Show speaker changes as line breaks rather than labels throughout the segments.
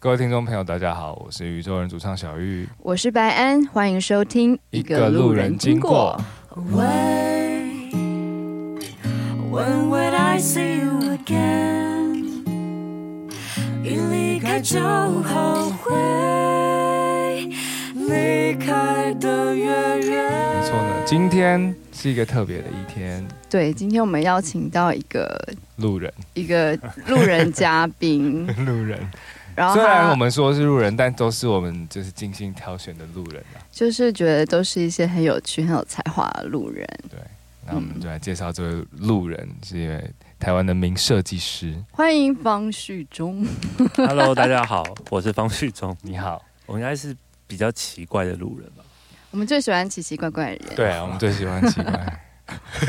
各位听众朋友，大家好，我是宇宙人主唱小玉，
我是白安，欢迎收听《
Wait, when would I see you again？一离开就后悔，离开的越远。
没错呢，今天是一个特别的一天，
对，今天我们邀请到一个
路人，
一个路人嘉 宾，
路人。
然后
虽然我
他
们说是路人，但都是我们就是精心挑选的路人啊。
就是觉得都是一些很有趣、很有才华的路人，嗯
那我们就来介绍这位路人，是一位台湾的名设计师。
欢迎方旭中。
Hello，大家好，我是方旭中。
你好，
我应该是比较奇怪的路 人吧？
我们最喜欢奇奇怪怪的人，
对啊，我们最喜欢奇怪。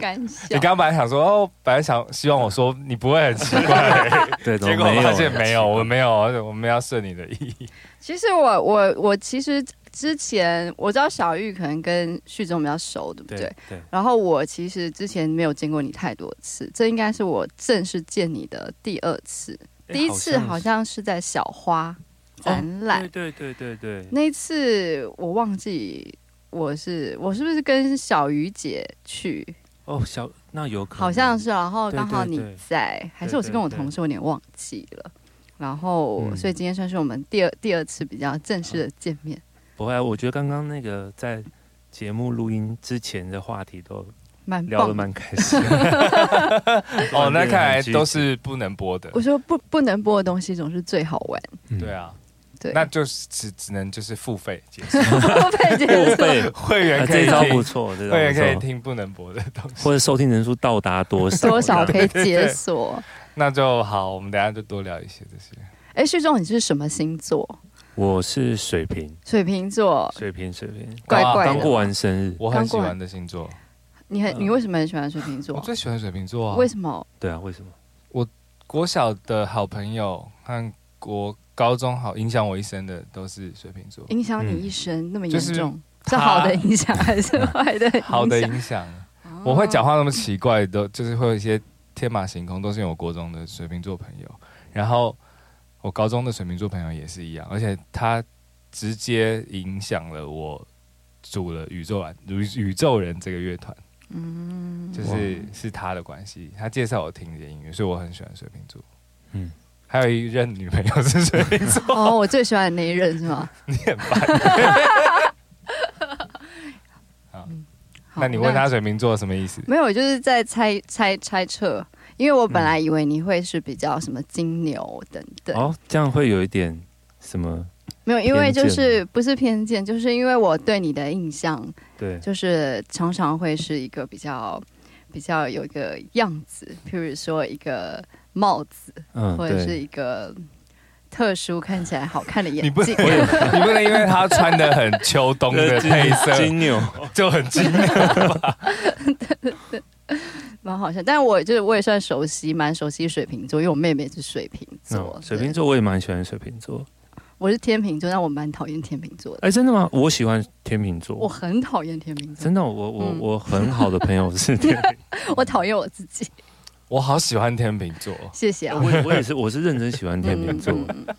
感
你
想
刚刚本来想说哦，本来想希望我说你不会很奇 怪，
对，怎
结
么
果
没有啊
发现没有，我没有，我们要顺你的意。
其实我我我其实之前我知道小玉可能跟旭中比较熟，对不
对
对？
对，
然后我其实之前没有见过你太多次，这应该是我正式见你的第二次。
诶
第一次好像是在小花展
好
览，
像是哦对对对对对，
那一次我忘记我是我是不是跟小鱼姐去，
哦，小那有可能
好像是，然后
对
刚好
对
你
对
在，还是我是跟我
对
同事，我有点忘记了。然后，
嗯
所以今天算是我们第二第二次比较正式的见面。
不会啊。我觉得刚刚那个在节目录音之前的话题都
蛮
聊
棒
得
的。
蛮开 心。
哦，那看来
突然变得很积极
都是不能播的
我。说不不能播的东西总是最好玩。
对啊，
对，
那就是只只能就是付费解释，
我 被解释
付 费，
会员
啊
可
这
以
一招不
听，
错，这
会员可
招
以
不错，
听不能播的东西。
或者收听人数到达多少
多少
这
可
样
以解锁。
那就好，我们等一下就多聊一些这些。
哎，旭中，你是什么星座？
我是水瓶，
水瓶座，
水瓶，水瓶，
怪怪
刚
的。
过完生日，
我很喜欢的星座，
你很，你为什么很喜欢水瓶
嗯我
座？
最喜欢水瓶座啊。
为什么？
对啊，为什么？
国小的好朋友和国高中好影响我一生的都是水瓶座，
影响你
嗯
一生那么
就
严
是
重？
他
是
嗯
好的影响还是坏的影响？
好的影响。
哦，
我会讲话那么奇怪，都就是会有一些天马行空，都是因为我国中的水瓶座朋友，然后我高中的水瓶座朋友也是一样，而且他直接影响了我组了宇宙人宇宇宙人这个乐团，
嗯，
就是是他的关系，他介绍我听这些音乐，所以我很喜欢水瓶座。嗯
嗯，
还有一任女朋友是水瓶座，
哦，我最喜欢的那一任是吗？
你很 烦。
嗯好
那你问他水瓶座什么意思？
没有，我就是在猜猜猜测，因为我
嗯
本来以为你会是比较什么金牛等等，
哦，这样会有一点什么？
没有，因为就
偏见
是不是偏见，就是因为我对你的印象
对，
就是常常会是一个比较比较有一个样子，譬如说一个帽子，
嗯，
或者
对。
是一个特殊看起来好看的眼
你不能，
镜。
你不能因为他穿的很秋冬的配色
呃 金牛，
就很惊
蛮好笑，但我就是我也算熟悉，蛮熟悉水瓶座，因为我妹妹是水瓶座
嗯，水瓶
对
座我也蛮喜欢水瓶座。
我是天秤座，但我蛮讨厌天秤座的，
哎，真的吗？我喜欢天秤
我
座，
很讨厌天秤座，
真的，哦我我
嗯
我很好的朋友 是天秤，
我讨厌我自己。
我好喜欢天秤座，
谢谢啊，
我也我也是我是认真喜欢天秤座，
嗯嗯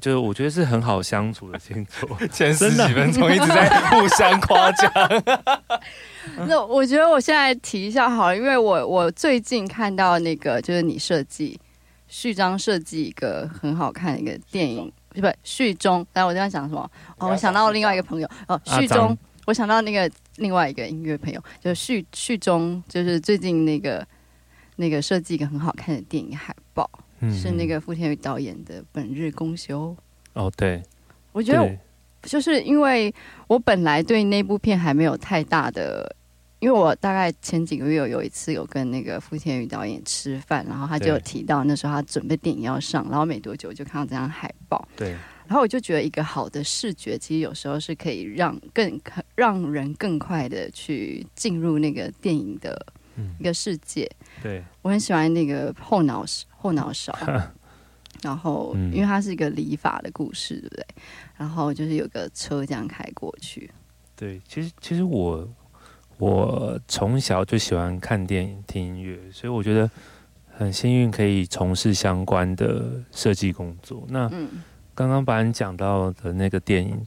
就是我觉得是很好相处的星座。
前十
真的
几分钟一直在互相夸奖。
嗯那我觉得我现在提一下好了，因为我我最近看到那个就是你设计序章设计一个很好看的一个电影，不是序中。然后我这样想什么？哦，我想到另外一个朋友哦，
阿
序中
啊张，
我想到那个另外一个音乐朋友，就是序序中，就是最近那个那个设计一个很好看的电影海报，
嗯
是那个傅天宇导演的《本日公休》。
哦，对
我觉得
对，
就是因为我本来对那部片还没有太大的，因为我大概前几个月有有一次有跟那个傅天宇导演吃饭，然后他就有
对
提到那时候他准备电影要上，然后没多久我就看到这张海报，
对
然后我就觉得一个好的视觉其实有时候是可以让更让人更快的去进入那个电影的
嗯
一个世界。
对，
我很喜欢那个后脑后脑 勺，
嗯
然后
嗯
因为它是一个理发的故事，对不对？然后就是有个车这样开过去，
对，其实其实我我从小就喜欢看电影、听音乐，所以我觉得很幸运可以从事相关的设计工作。
啊
那
嗯
刚刚把你讲到的那个电影，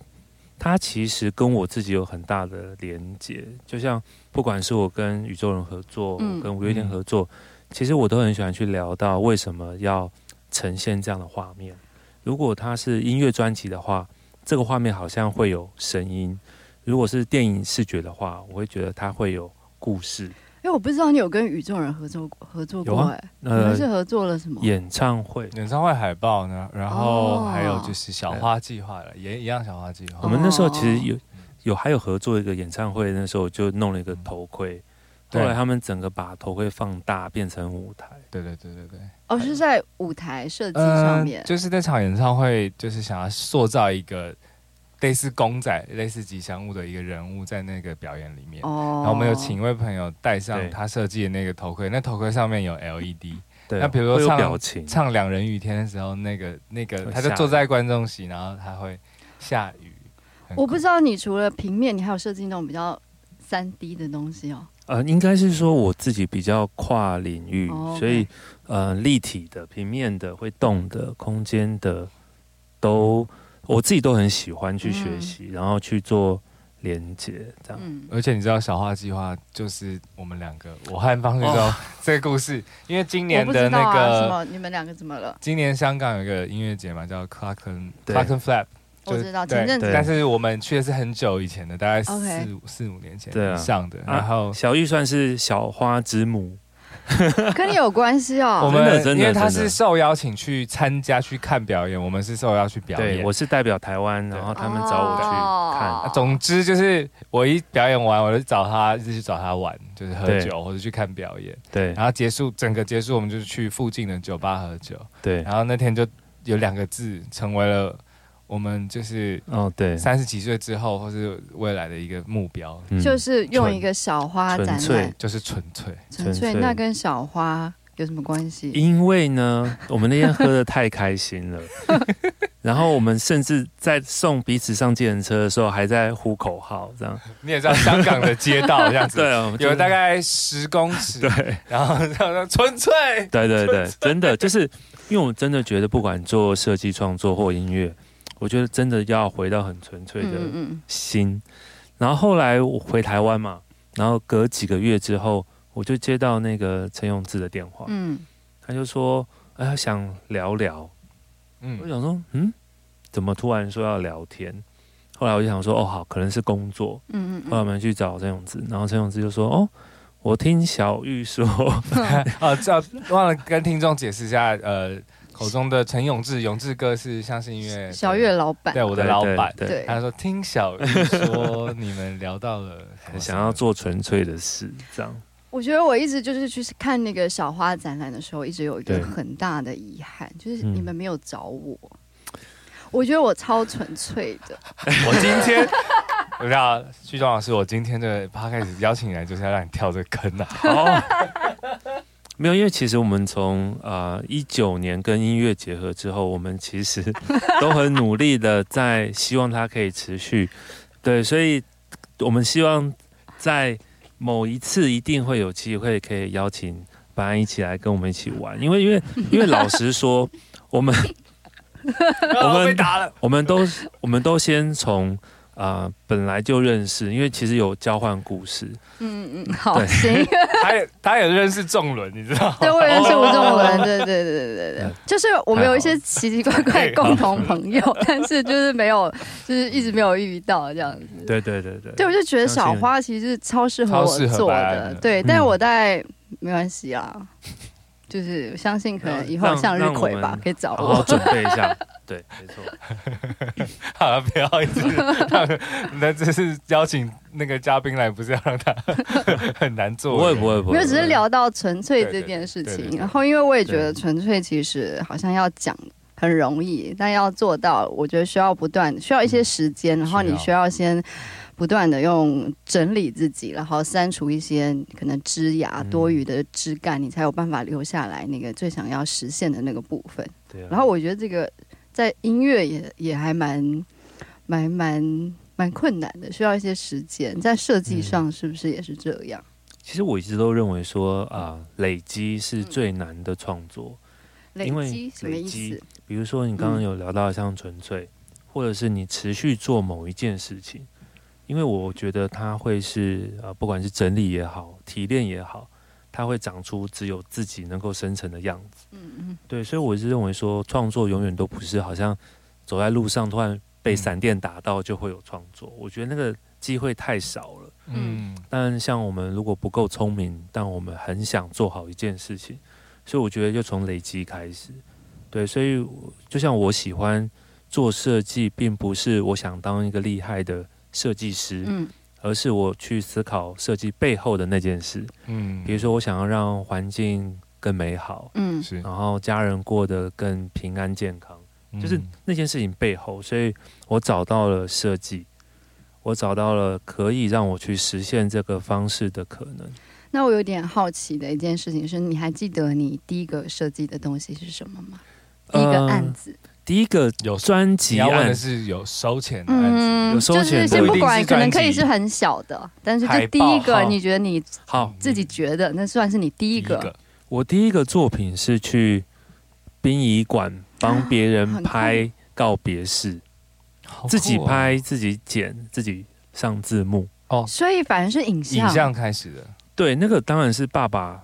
它其实跟我自己有很大的连接。就像不管是我跟宇宙人合作，
嗯
我跟五月天合作，其实我都很喜欢去聊到为什么要呈现这样的画面。如果它是音乐专辑的话，这个画面好像会有声音；如果是电影视觉的话，我会觉得它会有故事。
因为哎我不知道你有跟宇宙人合作过合作
有
过
啊
哎、你
呃
们，是合作了什么？
演唱会，
演唱会海报呢，然后
哦
还有就是小花计划了，也一样小花计
我
划。
们那时候其实有有还有合作一个演唱会，那时候就弄了一个头盔，后
对
来他们整个把头盔放大变成舞台，
对对对对对，
哦，是在舞台设计上
嗯
面，，
就是那场演唱会，就是想要塑造一个类似公仔、类似吉祥物的一个人物在那个表演里面。
哦，
然后我们有请一位朋友戴
对
上他设计的那个头盔，那头盔上面有 LED。
对，
那比如说
会有
唱
表情，
唱《两人雨天》的时候，那个那个
会
他就
下
坐
雨
在观众席，然后他会下雨。很
我不
酷
知道你除了平面，你还有设计那种比较三 D 的东西哦。
呃，应该是说我自己比较跨领域，
哦
所以呃，立体的、平面的、会动的、空间的，都我自己都很喜欢去学习，然后去做连接，这
啊
样。
嗯，
而且你知道小花计划就是我们两个，我和方旭洲 这个故事，因为今
哦我
年
不知
的
道
那
啊，什
个、
么？你们两个怎么了？
今年香港有一个音乐节嘛，叫 Clarken
对
Clarken Flap，
我知道
对
前阵子
但是我们去的是很久以前的，大概四
OK
五四五年前
对啊
以上的，
啊
然后。
小玉算是小花之母，
跟你有关系
我
哦。
们
真的真的
因为他
真
是
的
受邀请去参加去看表演，我们是受邀去表
对
演
我。是代表哦台湾，
对
然后他们找我去看。
哦
啊总之就是我一表演完，我就找他，一直去找他玩，就是喝
对
酒或者去看表演。
对
然后结束整个结束，我们就去附近的酒吧喝酒。
对，
然后那天就有两个字成为了我们就是
哦对，
三十几岁之后或是未来的一个目标，
嗯
就是用一个小花展
纯
览
粹，
就是纯粹。
纯
纯
粹
粹
那跟小花有什么关系？
因为呢，我们那天喝的太开 心了，然后我们甚至在送彼此上计程车的时候，还在呼口号，这样。
你也知道香港的街道这样子，
对，啊我们就
有大概十公尺，
对
然后然后纯粹，
对对对，真的就是因为我真的觉得，不管做设计创作或音乐，我觉得真的要回到很纯粹的
嗯嗯
心。然后后来我回台湾嘛，然后隔几个月之后，我就接到那个陈永志的电话，
嗯
他就说：“哎、想聊聊。”我
嗯，
想说，嗯，怎么突然说要聊天？后来我就想说，哦，好，可能是工作。
嗯嗯
后来我
嗯，
们去找陈永志，然后陈永志就说，哦，我听小玉说，
哦，这忘了跟听众解释一下，呃，口中的陈永志，永志哥是相信音乐
小月老板
对我的老板，
呃 对对
对
他说听小玉说你们聊到了什么
对，想要做纯粹的事，这样。
我觉得我一直就是去看那个小花展览的时候，一直有一个
对
很大的遗憾，就是
嗯
你们没有找我。我觉得我超纯粹的，
我今天，我知道旭庄老师，我今天的 p 开始邀请你来，就是要让你跳这个坑 啊！
哦，没有，因为其实我们从呃一九年跟音乐结合之后，我们其实 都很努力的在希望它可以持续，对，所以我们希望在某一次一定会有机会可以邀请班安一起来跟我们一起玩，因为因为因为老实说， 我们我们
被打了，
我们都我们都先从。啊、本来就认识，因为其实有交换故事，
嗯 嗯嗯，好
对
行，
他也他也认识仲伦，你知道？
对，我也认识吴 仲文，对对对对对对
嗯，
就是我们有一些奇奇怪怪的共同朋友， 但是就是没有，就是一直没有遇到这样子。
对对对对，
嗯对，我就觉得小花其实是超适合我
超适合
做
白安
的
的，
对，
嗯
但是我大概没关系啊， 就是我相信可能以后
让
向日葵
让我
吧
们
可以找
好好
我，
准备一下。对，没错。
好了，不要一直，那只是邀请那个嘉宾来，不是要让他 很难做。
不会不会不 会，
没有只是
不会
聊到纯粹这
对对对
件事
对对
情，
对
然后因为我也觉得
对
纯粹其实好像要讲。很容易，但要做到，我觉得需要不断，需要一些时间，然后
需要
你需要先不断的用整理自己，然后删除一些可能枝芽、
嗯
多余的枝干，你才有办法留下来那个最想要实现的那个部分。
对啊
然后我觉得这个在音乐也也还蛮蛮蛮蛮困难的，需要一些时间。在设计上是不是也是这样？
其实我一直都认为说啊、累积是最难的创作。
累
因为
积什么
累
意
积
思？
比如说你刚刚
嗯
有聊到像纯粹，或者是你持续做某一件事情，因为我觉得它会是呃，不管是整理也好，提炼也好，它会长出只有自己能够生成的样子。
嗯嗯，
对，所以我是认为说，创作永远都不是好像走在路上突然被
嗯
闪电打到就会有创作，我觉得那个机会太少了。
嗯
但像我们如果不够聪明，但我们很想做好一件事情，所以我觉得就从累积开始。对，所以我就像我喜欢做设计，并不是我想当一个厉害的设计师，
嗯
而是我去思考设计背后的那件事。
嗯
比如说，我想要让环境更美好，
嗯
是
然后家人过得更平安健康，就是
嗯
那件事情背后，所以我找到了设计，我找到了可以让我去实现这个方式的可能。
那我有点好奇的一件事情是，你还记得你第一个设计的东西是什么吗？第一个案
呃，
子，
第一个
有
专
你
辑
要问
案
的，是有收钱的案子，
嗯，
有收
就
钱
是
的
先
不
不
一定
管，
是
可能可以
专辑
是很小的，但是
海
就第
报
一个，
号
你觉得你
好，
自己觉得那算是你第一个，
我第一个作品是去殡仪馆帮别人
啊很酷
拍告别式，
好酷哦
自己拍、自己剪、自己上字幕。
所以反而是影像，
影像开始的，
对，那个当然是爸爸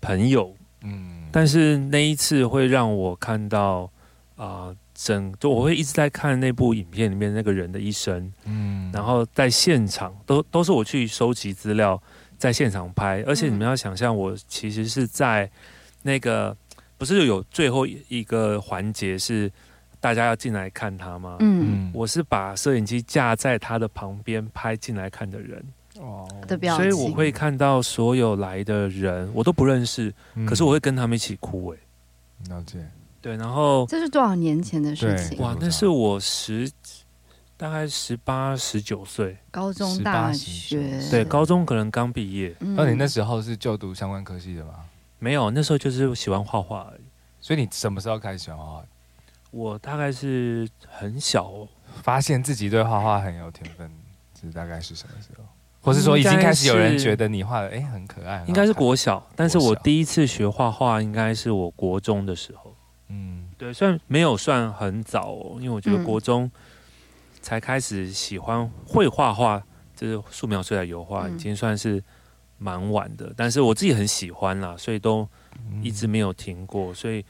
朋友
嗯，
但是那一次会让我看到啊、整就我会一直在看那部影片里面那个人的一生，
嗯
然后在现场都都是我去收集资料，在现场拍，
嗯
而且你们要想象，我其实是在那个不是有最后一个环节是大家要进来看他吗？
嗯，
我是把摄影机架在他的旁边拍进来看的人，
哦
的表
所以
情
我会看到所有来的人，我都不认识，
嗯
可是我会跟他们一起哭、欸，
嗯了解，
对，然后
这是多少年前的事
对
情？
哇
多，
那
少
是我十大概十八十九岁，
高中、
18
大
19
学，
是
对，高中可能刚毕业，
嗯
那你那时候是就读相关科系的吗？
没有，那时候就是喜欢画画而已。
所以你什么时候开始喜欢画画？
我大概是很小哦，
发现自己对画画很有天分，是大概是什么时候？或是说已经开始有人觉得你画的哎很可爱，很好看
应该是国小，但是我
国小
第一次学画画应该是我国中的时候。
嗯
对，虽然没有算很早哦，因为我觉得
嗯
国中才开始喜欢会画画，就是素描、水彩、油画，
嗯
已经算是蛮晚的。但是我自己很喜欢啦，所以都
嗯
一
嗯
直没有停过，所以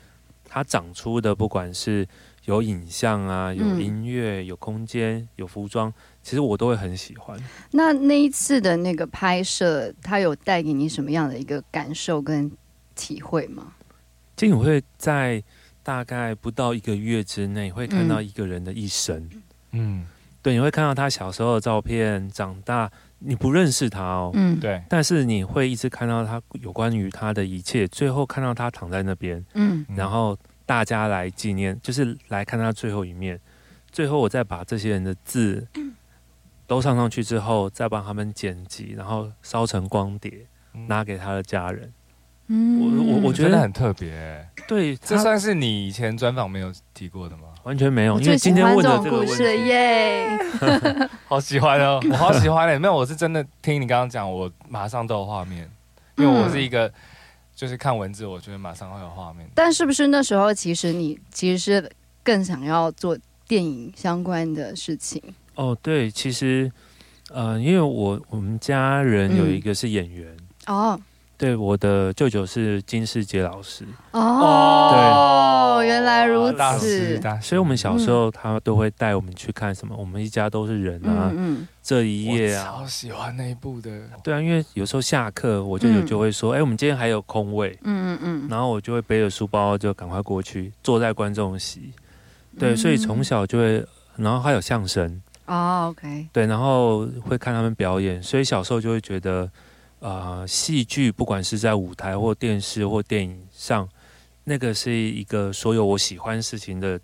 它长出的不管是有影像啊，有
嗯
音乐，有空间，有服装，其实我都会很喜欢。
那那一次的那个拍摄，它有带给你什么样的一个感受跟体会吗？
金你会在大概不到一个月之内，会看
嗯
到一个人的一生，
嗯
对，你会看到他小时候的照片，长大你不认识他哦。
嗯，，
对
但是你会一直看到他有关于他的一切，最后看到他躺在那边，
嗯
嗯
然后大家来纪念，就是来看他最后一面。最后，我再把这些人的字都上上去之后，再帮他们剪辑，然后烧成光碟，
嗯
拿给他的家人。
嗯
我我
我
我
觉
觉
得
得
很特别，
对，
这
他
算是你以前专访没有提过的吗？
完全没有，
我
因
最
为
喜
今天
欢
问
这
的
种
这个
故
问
事
题，
耶！
好喜欢 哦，我好喜欢嘞、没有，我是真的听你刚刚讲，我马上都有画面，因为
嗯
我是一个、就是看文字，我觉得马上会有画面。
但是不是那时候其实你其实是更想要做电影相关的事情？
哦，对，其实，呃，因为我我们家人有一个是演员，
哦
对，我的舅舅是金世杰老师，
嗯哦，原来如
大师
此。
大师，
所以我们小时
嗯
候他都会带我们去看什么，我们一家都是人啊，
嗯
这一页
我
啊
超，喜欢那一部的，
对啊，因为有时候下课我舅舅
嗯
就会说，哎、我们今天还有空位，
嗯嗯嗯
然后我就会背着书包就赶快过去坐在观众席，对，
嗯
所以从小就会，然后还有相声。
嗯，哦，OK，
对，然后会看他们表演，所以小时候就会觉得，啊，戏剧不管是在舞台或电视或电影上，那个是一个所有我喜欢事情的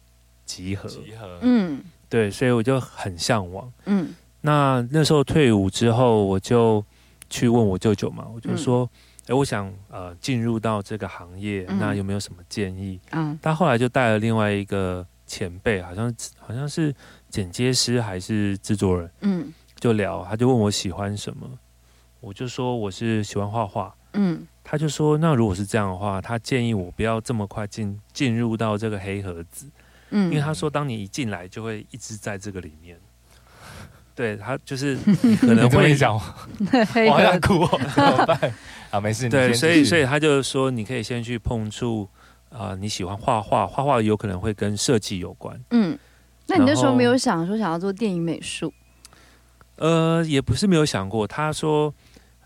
集合。
集合，
嗯
对，所以我就很向往。
嗯
那那时候退伍之后，我就去问我舅舅嘛，
嗯
我就说，哎、我想呃进入到这个行业，
嗯
那有没有什么建议？
啊
他后来就带了另外一个前辈，好像好像是剪接师还是制作人。
嗯
就聊，他就问我喜欢什么，我就说我是喜欢画画，
嗯
他就说那如果是这样的话，他建议我不要这么快进进入到这个黑盒子，因为
嗯，
他说当你一进来就会一直在这个里面。对他 就是你可能
你这么
会
一讲，我
黑
好
盒
想哭哦，怎么办？啊，没事，你
对，
先
所以
继续
所以他就说，你可以先去碰触啊、呃你喜欢画画，画画有可能会跟设计有关。
嗯，那你那时
然
候
后
没有想说想要做电影美术？
呃，也不是没有想过，他说，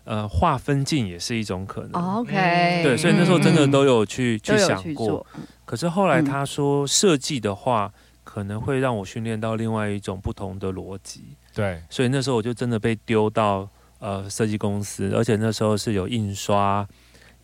呃，画分镜也是一种可能。
哦 OK，
嗯
嗯
对，所以那时候真的都有去、
都
去
有
想
去
过
做，，
可是后来
嗯
他说设计的话，可能会让我训练到另外一种不同的逻辑，
对，
所以那时候我就真的被丢到呃设计公司，而且那时候是有印刷、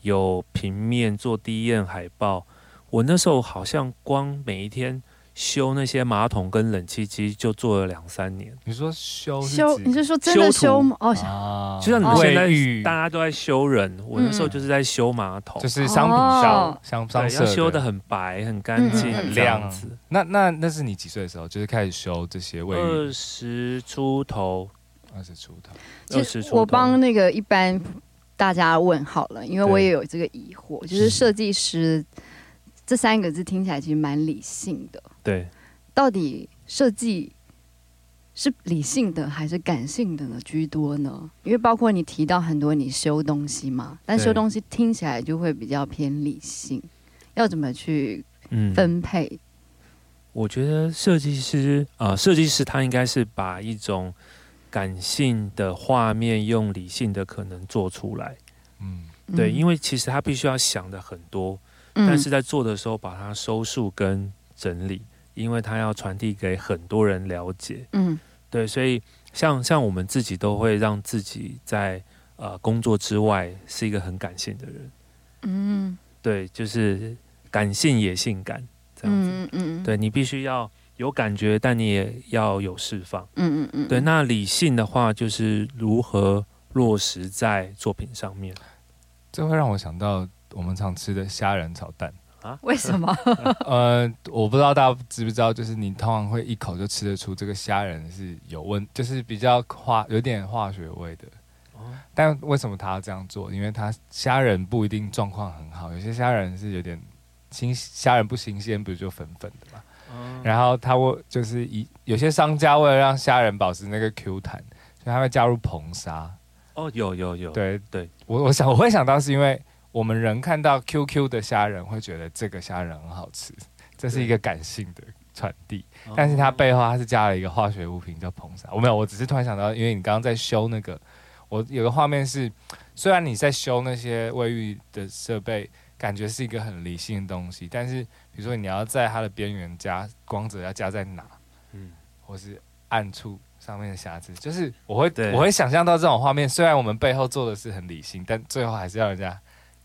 有平面做第一眼海报。我那时候好像光每一天修那些马桶跟冷气机就做了两三年，
你说修是
修
指
你是说真的
修图
修吗？哦，
啊
就像你们现在
卫浴
大家都在修人，我那时候
嗯
就是在修马桶，
就是商品上
哦
商商
对，
社
要修
的
的很白、很干净、
嗯嗯嗯
这样子。
那那那是你几岁的时候，就是开始修这些卫浴
二十出头，呃
二十出头，
其
二
实
十出头。
我帮那个一般大家问好了，因为我
对
也有这个疑惑，就是设计师这三个字听起来其实蛮理性的，
对，
到底设计是理性的还是感性的呢居多呢？因为包括你提到很多你修东西嘛，但
对
修东西听起来就会比较偏理性，要怎么去
嗯，
分配？
我觉得设计师啊、呃设计师他应该是把一种感性的画面用理性的可能做出来，
嗯，
对，因
为
为其实他必须要想的很多，
嗯
但是在做的时候把它收束跟整理，因为他要传递给很多人了解，
嗯
对，所以像像我们自己都会让自己在呃工作之外是一个很感性的人，
嗯
对，就是感性也性感这样子，
嗯嗯嗯，
对你必须要有感觉，但你也要有释放。
嗯嗯嗯，
对，那理性的话就是如何落实在作品上面
这会让我想到我们常吃的虾仁炒蛋。
啊？
为什 么？
呃，我不知道大家知不知道，就是你通常会一口就吃得出这个虾仁是有问，就是比较化有点化学味的。
哦
但为什么他要这样做？因为他虾仁不一定状况很好，有些虾仁是有点新虾仁不新鲜，不是就粉粉的嘛。然后他会就是一有些商家为了让虾仁保持那个 Q 弹，所以他会加入硼砂。
哦，有有有，
对
对，
我我想我会想到是因为我们人看到 QQ 的虾仁会觉得这个虾仁很好吃，这是一个感性的传递，
哦，
但是它背后它是加了一个化学物品叫硼砂。我没有，我只是突然想到，因为你刚刚在修那个，我有个画面是，虽然你在修那些卫浴的设备。感觉是一个很理性的东西，但是比如说你要在它的边缘加光泽，要加在哪，
嗯
或是暗处上面的瑕疵，就是我会
对
我会想象到这种画面。虽然我们背后做的是很理性，但最后还是要人家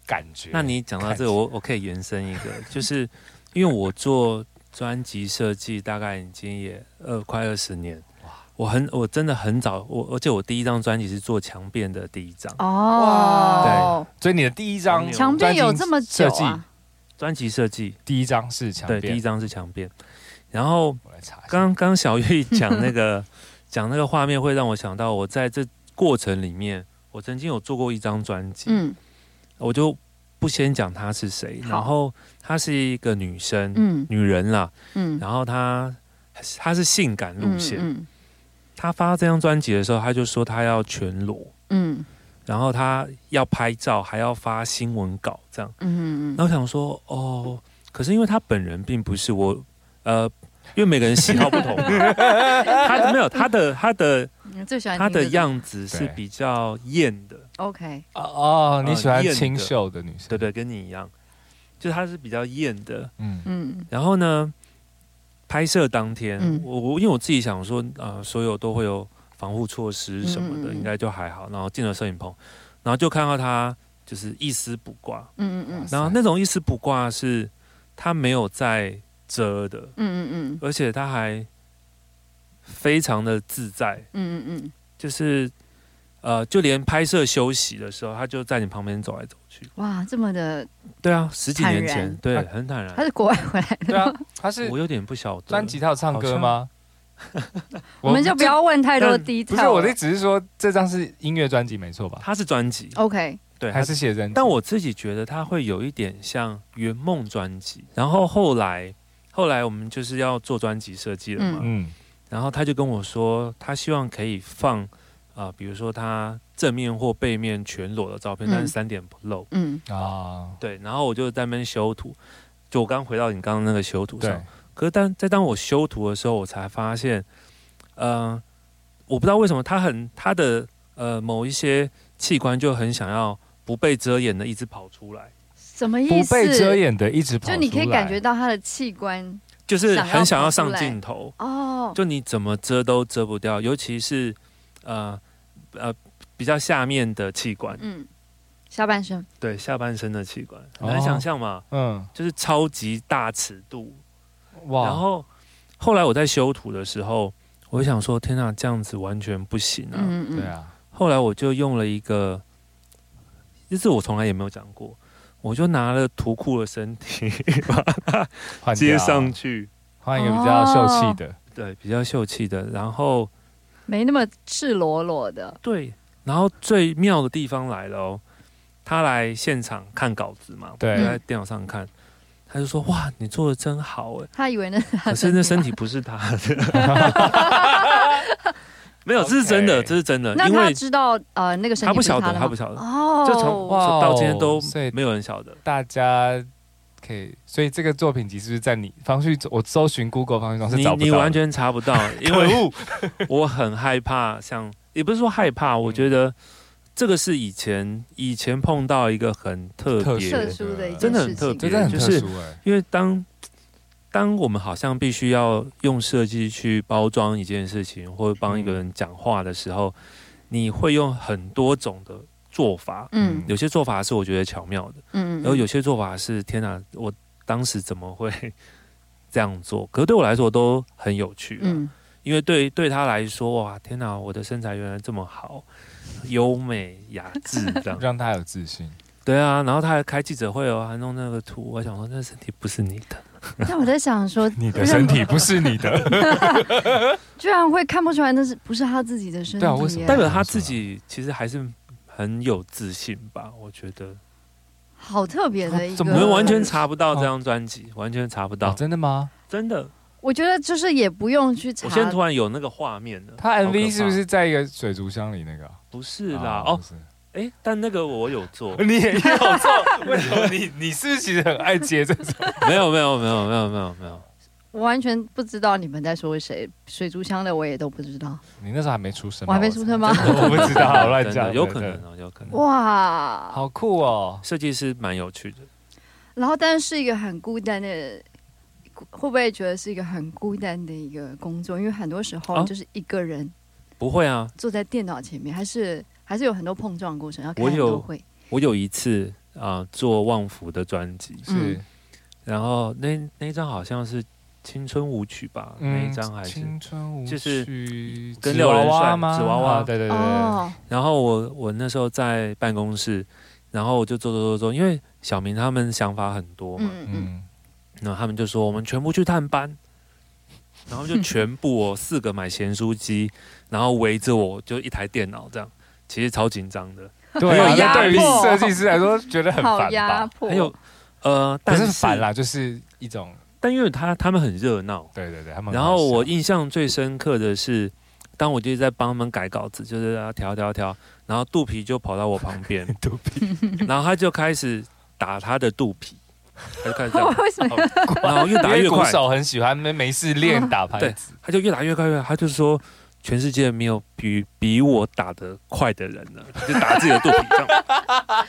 感觉。
那你讲到这个，我我可以延伸一个，就是因为我做专辑设计大概已经也呃快二十年，我很我真的很早，我而且我第一张专辑是做强辩的第一张，
哦，
所以你的第一张
对
墙
专
壁
辑
有这么久
设计
啊？
专辑设计
第一张是墙
对，
边，
第一张是强辩，然后
我来查一下。
刚刚小玉 讲那个讲那个画面，会让我想到我在这过程里面，我曾经有做过一张专辑，
嗯
我就不先讲她是谁，
好
然后她是一个女生，
嗯
女人啦，
嗯，
然后她她是性感路线，
嗯
她发这张专辑的时候，她就说她要全裸，
嗯
然后她要拍照，还要发新闻稿这样，
嗯嗯
那我想说哦，可是因为她本人并不是我，呃。因为每个人喜好不同嘛，她没有她的她的
嗯，最喜欢
她的
听这种
样子是比较艳的，
OK，
哦哦，你喜欢
呃艳的
清秀的女生，
对不对？跟你一样，就她是比较艳的。
嗯，
嗯
然后呢，拍摄当天，
嗯
我我因为我自己想说，啊，所有都会有防护措施什么
嗯
的，
嗯嗯
应该就还好。然后进了摄影棚，然后就看到她就是一丝不挂，
嗯嗯嗯
塞
然后那种一丝不挂是她没有在遮的，
嗯嗯嗯
而且她还非常的自在，
嗯嗯
就是呃，就连拍摄休息的时候，她就在你旁边走来走去。
嗯，哇，这么的，
对啊，十几年
坦
前
然，
对，
啊
很坦
他
然。
是国外回来的，
对啊，她是
我有点不晓得。
专辑，她有唱歌吗？
我们就不要问太多
但
detail
不
了。
是我的，只是说这张是音乐专辑没错吧？
它是专辑，
OK，
对，它
还是写真集？
但我自己觉得它会有一点像圆梦专辑，然后后来后来我们就是要做专辑设计了嘛，
嗯
然后他就跟我说，他希望可以放啊、呃比如说他正面或背面全裸的照片，
嗯
但是三点不露。
嗯
啊，
对，然后我就在那边修图，就我刚回到你刚刚那个修图
对
上，，可是当在当我修图的时候，我才发现，呃，我不知道为什么他很他的呃某一些器官就很想要不被遮掩的一直跑出来。
什么意
不
思？
被遮掩的一直跑出
就
来，
你可以感觉到他的器官
就是
想要
很想要
跑出
上
来
镜头，
哦，
就你怎么遮都遮不掉，尤其是呃呃比较下面的器官，
嗯，下半身，
对下半身的器官，
哦
很难想象嘛，
嗯
就是超级大尺度。
哇，
然后后来我在修图的时候，我就想说，天哪，这样子完全不行啊！
嗯嗯
对
嗯，
啊，
后来我就用了一个，这是我从来也没有讲过，我就拿了图库的身体 把它
嗯
换
接
掉
上去，
换一个比较秀气的，
哦
对，比较秀气的，然后。
没那么赤裸裸的，
对，然后最妙的地方来了哦，他来现场看稿子嘛，
对
我就
嗯
在电脑上看，他就说：“哇，你做的真好哎！”
他以为那是他
可是那身
吗
体不 是他的，没有，这是真的，
OK
这是真的，
那
因
他
为
知道呃那个身体
他不
是
晓
他
得，
的
他
吗
不晓得，
哦，
就从
哇哦
到今天都
所以
没有人晓得。
大家可以，所以这个作品集是不是在你方旭？我搜寻 Google 方旭庄是
你
找不到的
你完全查不 到，因
可
为
恶，
我很害怕，像也不是说害
嗯
怕，我觉得这个是以前以前碰到一个很特
特
别
殊
特殊的一件
真的很
事
特
情
别
真的很
就
特
是
殊哎，
因为当当我们好像必须要用设计去包装一件事情，或者帮一个
嗯
人讲话的时候，你会用很多种的做法。
嗯
有些做法是我觉得巧妙的，
嗯，嗯
然后有些做法是天哪，我当时怎么会 这样做？可是对我来说都很有趣、啊，
嗯
因为对对他来说，哇，天哪，我的身材原来这么好，优美雅致这样。
让他有自信。
对啊，然后他还开记者会哦，还弄那个图，我想说那身体不是你的。
但我在想说，
你的身体不是你的，
居然会看不出来那是不是他自己的身体耶？
对啊为什么
代表他自己其实还是很有自信吧，我觉得。
好特别的一个，
怎
我
么
们完全查不到这张专辑，完全查 不
哦
到，
真的吗？
真的。
我觉得就是也不用去查
我现在突然有那个画面了。
他
好可怕
MV 是不是在一个水族箱里那个啊？
不是啦
啊？
哦
不，是，
哎，但那个我有做
你也有做？为什么你你是不是其实很爱接这种？
没有没有没有没有没有没 有，
我完全不知道你们在说谁，水族箱的我也都不知道。
你那时候还没出生吗，
我还没出生吗
真的我不知道，我乱
真
讲
的
的，
有可能
对。
哦，有可能。
哇，
好酷哦！
设计师蛮有趣的，
然后但是是一个很孤单的，会不会觉得是一个很孤单的一个工作？因为很多时候
啊
就是一个人
不会啊，
坐在电脑前面，还是还是有很多碰撞的过程，要开
我
很多
有
会。
我有一次啊、做旺福的专辑，
是，
嗯
然后那那一张好像是青春舞曲吧，那一张还是
青春舞曲，
就是跟
纸
廖
娃
仁帅
娃吗？
纸娃娃
啊
哦
对对对对，，
嗯
然后我我那时候在办公室，然后我就做做做做，因为小明他们想法很多嘛，
嗯嗯
嗯，
然后他们就说我们全部去探班，然后就全部哦四个买咸酥鸡，然后围着我就一台电脑这样，其实超紧张的，
对啊，
很有
那
压迫
对于设计师来说，觉得很
嗯，好
烦
压
吧？
迫。
还有呃，
不
但
是烦，啦，就是一种，
但因为他他们很热闹，
对对对，他们很
然
好笑。
后我印象最深刻的是，当我就是在帮他们改稿子，就是要调调调，然后肚皮就跑到我旁边， 肚皮，然后他就开始打他的肚皮，他就开始这样，
为什么
然后越
因
打
为
越
鼓
快，
手很喜欢没没事练 打拍子，
他就越打越快，越打他就说。全世界没有比比我打得快的人了， 就打自己的肚皮这样，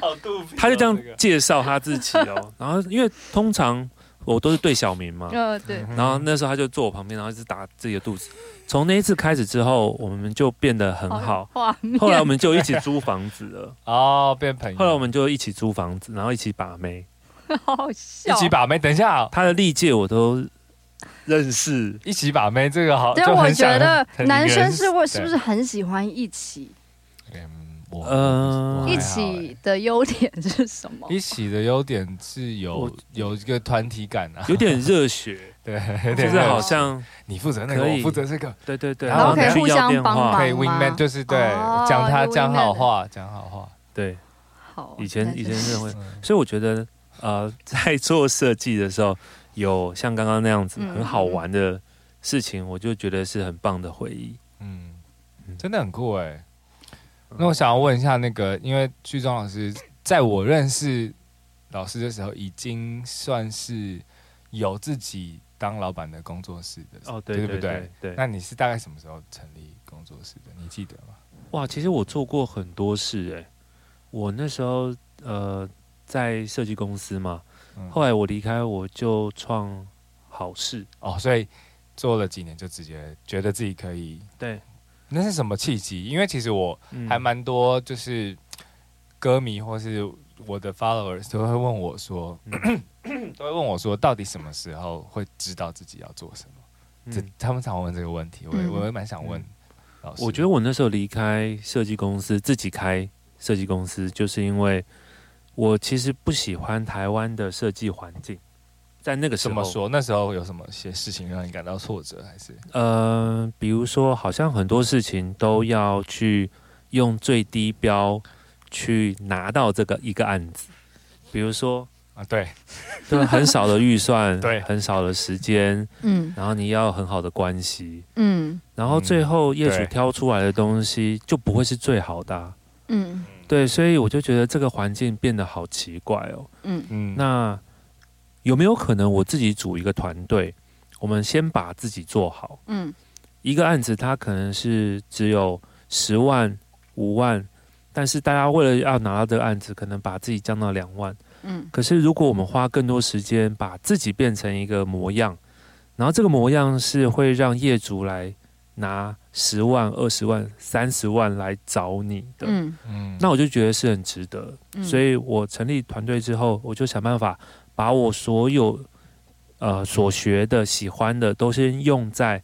好肚
哦
皮
他就这样介绍他自己哦。然后因为通常我都是对小明嘛，
呃，
嗯
对，
然后那时候他就坐我旁边，然后一直打自己的肚子。从那一次开始之后，我们就变得很好。
画面。
后来我们就一起租房子 了。
哦变朋友。
后来我们就一起租房子，然后一起把妹。
好好
一
笑。
起把妹，等一下哦，
他的历届我都认 识，
一起把妹这个好，
但
就
我
很
觉
想
得
很
男
引人
生是我是不
对
是很喜欢一起？
嗯，我我还
呃
好
一
欸
起的优点是什么？
一起的优点是有
我
有一个团体感啊，
有点热血，
对，
就
对
是
对
好像
你负责那个，我
可以
负责这个，
对对对，
然后可以
你
互
去要
相
电
帮忙
话
可以
吗
wing man 就是对
哦
讲他
有
讲
wingman
好
的
话，讲好话，
对，
好，
以前
那就
以前
是
认 为，
嗯
所以我觉得呃，在 做设计的时候，有像刚刚那样子
嗯
很好玩的事情，我就觉得是很棒的回忆。
嗯
嗯，
真的很酷哎、那我想要问一下那个，因为剧中老师在我认识老师的时候，已经算是有自己当老板的工作室的
哦，对
对
对
不对
对？对，
那你是大概什么时候成立工作室的？你记得吗？
哇，其实我做过很多事哎、我那时候呃在设计公司嘛，
嗯
后来我离开我就创好事，
哦，所以做了几年就直接觉得自己可以，
对，
那是什么契机？因为其实我
嗯
还蛮多就是歌迷或是我的 followers 都会问我说，
嗯
都会问我说，到底什么时候会知道自己要做什么？这
嗯
他们常问这个问题，我也
嗯
我也蛮想问
嗯
老师。
我觉得我那时候离开设计公司，自己开设计公司，就是因为我其实不喜欢台湾的设计环境。在那个时
怎
候，
么说？那时候有什么些事情让你感到挫折？还是
呃，比如说，好像很多事情都要去用最低标去拿到这个一个案子，比如说，
啊，对，
就是很少的预算，
对
很少的时间，
嗯
然后你要有很好的关系，
嗯
然后最后业主
对
挑出来的东西就不会是最好的啊、
嗯
对，所以我就觉得这个环境变得好奇怪哦。
嗯
嗯，
那有没有可能我自己组一个团队，我们先把自己做好？
嗯
一个案子它可能是只有十万、五万，但是大家为了要拿到这个案子，可能把自己降到两万。
嗯
可是如果我们花更多时间把自己变成一个模样，然后这个模样是会让业主来拿十万、二十万、三十万来找你的，
嗯
嗯
那我就觉得是很值得。
嗯，
所以我成立团队之后，我就想办法把我所有呃所学的、喜欢的，都先用在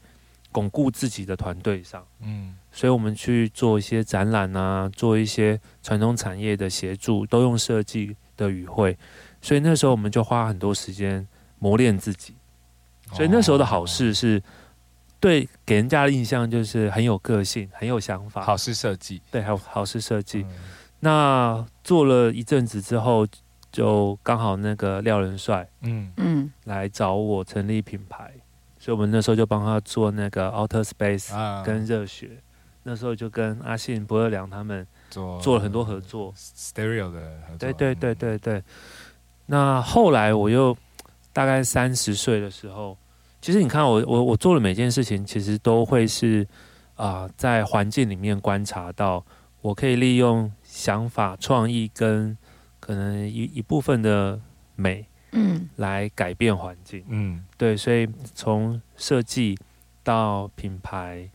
巩固自己的团队上。
嗯
所以我们去做一些展览啊，做一些传统产业的协助，都用设计的语汇。所以那时候我们就花很多时间磨练自己。所以那时候的好事是，对给人家的印象就是很有个性，很有想法。
哦好，事设计，
对，还有好事设计。
嗯
那做了一阵子之后，就刚好那个廖仁帅
嗯
嗯
来找我成立品牌，所以我们那时候就帮他做那个 Outer Space
啊
跟热血。那时候就跟阿信、不二良他们
做
做了很多合作。
stereo 的合作，
对对对
嗯，
对对。那后来我又大概三十岁的时候，其实你看我我我做了每件事情，其实都会是啊、在环境里面观察到，我可以利用想法、创意跟可能一一部分的美
嗯
来改变环境。
嗯
对，所以从设计到品牌，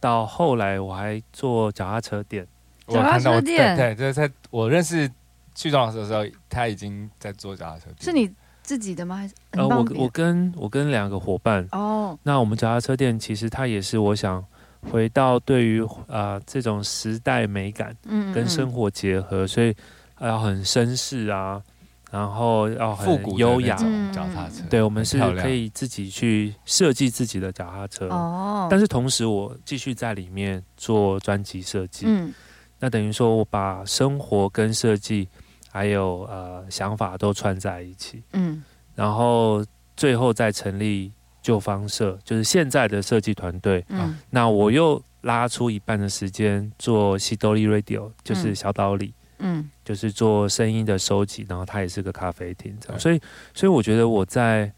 到后来我还做脚踏车店。
我有看到我
脚踏车店
对对，这在我认识剧中老师的时候，他已经在做脚踏车店，
是你自己的吗？还是
呃，我我
我
跟我跟两个伙伴，
哦，
那我们脚踏车店其实它也是我想回到对于啊、呃这种时代美感
嗯，
跟生
活，
活结合，所以要很绅士啊，然后要
复古
很
的那
优雅。
嗯
种脚踏车，
对，我们
很
是
漂亮
可以自己去设计自己的脚踏车，
哦，
但
是
是同时我继续在里面做专辑设计。
嗯
那等于说我把生活跟设计还有呃想法都串在一起。
嗯
然后最后再成立旧方社，就是现在的设计团队。
嗯
那我又拉出一半的时间做西多利 Radio，就是小岛里，
嗯
就是做声音的收集，然后它也是个咖啡厅这样。
对
所以，所以我觉得我在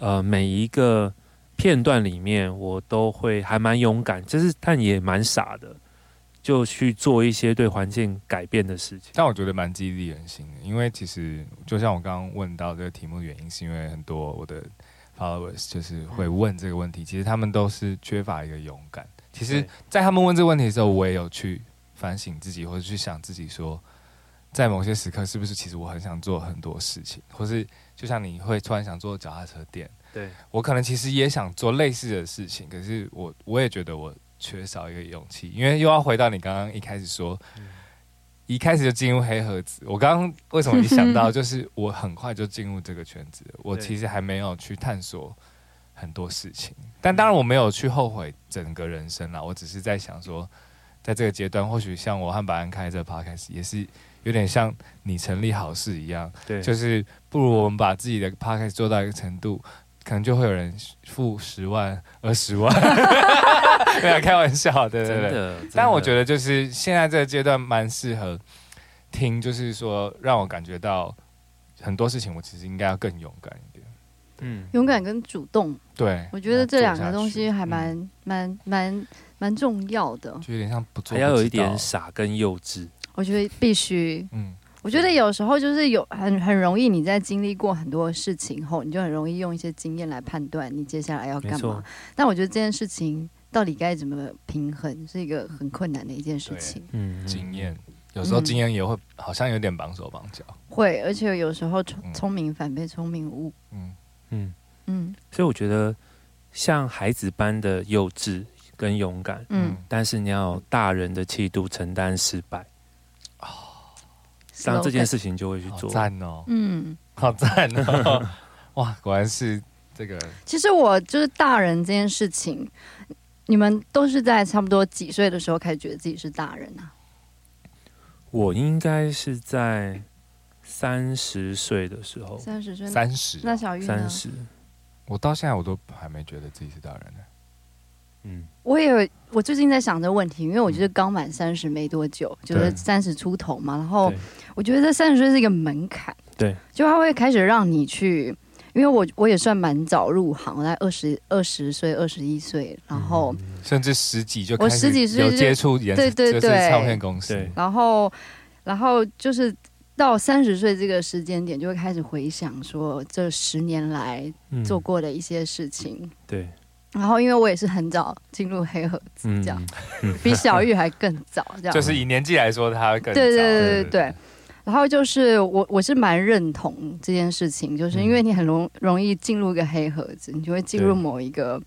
呃每一个片段里面，我都会还蛮勇敢，就是但也蛮傻的，就去做一些对环境改变的事情。
但我觉得蛮激励人心的，因为其实就像我刚刚问到这个题目的原因，是因为很多我的 followers 就是
嗯
会问这个问题，其实他们都是缺乏一个勇敢。其实
对，
在他们问这个问题的时候，我也有去反省自己，或者去想自己说，在某些时刻是不是其实我很想做很多事情，或是就像你会突然想做脚踏车店，
对，
我可能其实也想做类似的事情，可是我我也觉得我缺少一个勇气，因为又要回到你刚刚一开始说，一开始就进入黑盒子。我刚刚为什么一想到，就是我很快就进入这个圈子了，我
对
其实还没有去探索很多事情，但当然我没有去后悔整个人生啦，我只是在想说，在这个阶段，或许像我和白安开这个 podcast 也是有点像你成立好事一样，
对，
就是不如我们把自己的 podcast 做到一个程度，可能就会有人付十万、二十 万，没有开玩笑，对对
真
对。
的。
但我觉
得
得就是现在这个阶段蛮适合听，就是说让我感觉到很多事情，我其实应该要更勇敢一点。
嗯，
勇敢跟主动，
对，
我觉得这两
做下
个
去
东西还
嗯
蛮蛮蛮蛮重要的。
就有点像不做
还要
不
有
知
一点
道
傻跟幼稚。
我觉得必须，
嗯，
我觉得有时候就是有很很容易，你在经历过很多事情后，你就很容易用一些经验来判断你接下来要
没
干嘛
错。，
但我觉得这件事情到底该怎么平衡，是一个很困难的一件事
对
情。
嗯，
经验有时
嗯
候经验也会好像有点绑手绑脚。
会，而且有时候
嗯
聪聪明反被聪明误。
嗯，
嗯，
嗯
所以我觉得像孩子般的幼稚跟勇敢，
嗯，
但是你要有大人的气度承担失败，当这件，事情就会去
好
做。
赞哦，
嗯，
好赞哦！ 哇，果然是这个
其实我就是大人这件事情，你们都是在差不多几岁的时候开始觉得自己是大人啊？
我应该是在三十岁的时候，
三十岁？
三十、啊
那小玉呢
三？十，
我到现在我都还没觉得自己是大人呢、
嗯，
我也有，我最近在想这个问题，因为我就是刚满三十没多久，就是
对
三十出头嘛。然后
对
我觉得三十岁是一个门槛，
对，
就他会开始让你去，因为我我也算蛮早入行，我在二十二十岁、二十一岁，然后、
嗯
甚至十几就
我
开始
十几岁
有
就
接触演
对对
就是
对
唱片公司
对，
然后，然后就是到三十岁这个时间点，就会开始回想说这十年来
嗯
做过的一些事情。
对，
然后，因为我也是很早进入黑盒子，
嗯
这样比小玉还更早，这样。
就是以年纪来说，他更
对对
早
对对对。然后就是我，我是蛮认同这件事情，就是因为你很容容易进入一个黑盒子，你就会进入
对
某一个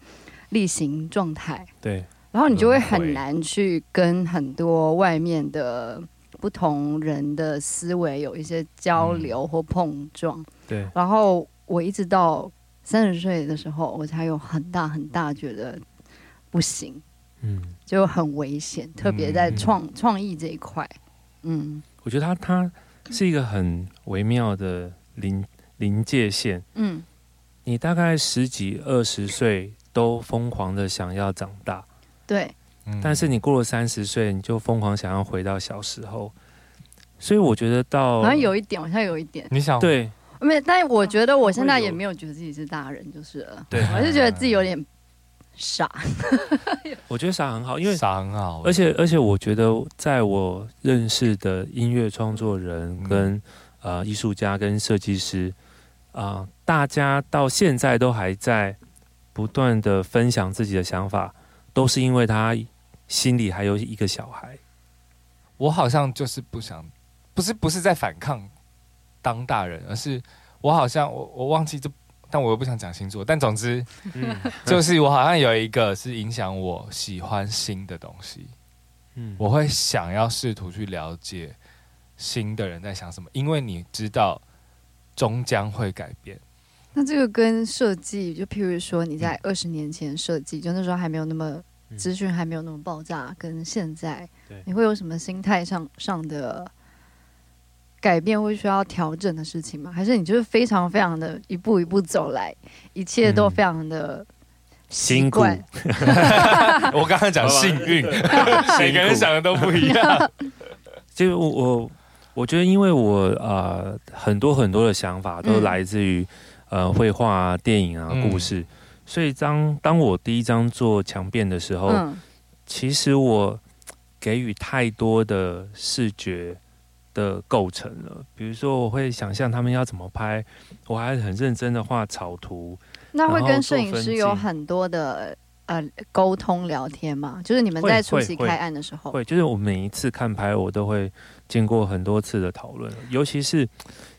例行状态。
对，
然后你就会
轮
很
回
难去跟很多外面的不同人的思维有一些交流或碰撞。
对，
然后我一直到三十岁的时候，我才有很大很大觉得不行，
嗯，
就很危险，特别在创、创意这一块。嗯
我觉得他他是一个很微妙的临临界线，
嗯，
你大概十几二十岁都疯狂的想要长大，
对，
嗯
但是你过了三十岁，你就疯狂想要回到小时候，所以我觉得到
好像有一点，好像有一点，
你想，
对
没有，但我觉得我现在
会有
也没有觉得自己是大人，就是了，
对，
我是觉得自己有点傻。
我觉得傻很好，因为
傻很好，
而且而且我觉得在我认识的音乐创作人
嗯
跟、呃艺术家跟设计师啊、大家到现在都还在不断的分享自己的想法，都是因为他心里还有一个小孩。
我好像就是不想，不是不是在反抗当大人，而是我好像我我忘记这，但我又不想讲星座，但总 之
嗯
就是我好像有一个是影响我喜欢新的东西，
嗯
我会想要试图去了解新的人在想什么，因为你知道终将会改 变。
那这个跟设计，就譬如说你在二十年前设计，就那时候还没有那么
嗯
资讯还没有那么爆炸，跟现在
对，
你会有什么心态上上的改变，会需要调整的事情吗？还是你就是非常非常的一步一步走来，一切都非常的习
嗯辛苦
惯？
我刚刚讲幸运，每个人想的都不一 样。
就是我我我觉得，因为我呃很多很多的想法都
嗯
来自于、呃绘画啊、电影啊、
嗯
故事，所以当当我第一张做强辩的时候，
嗯
其实我给予太多的视觉的构成了。比如说，我会想象他们要怎么拍，我还很认真的画草图。
那会
然后
跟
做
摄影
分
师有
镜
很多的呃沟通聊天嘛？就是你们
会
在初
会
期
会
开案的时候，
会，就是我每一次看拍，我都会经过很多次的讨论，尤其是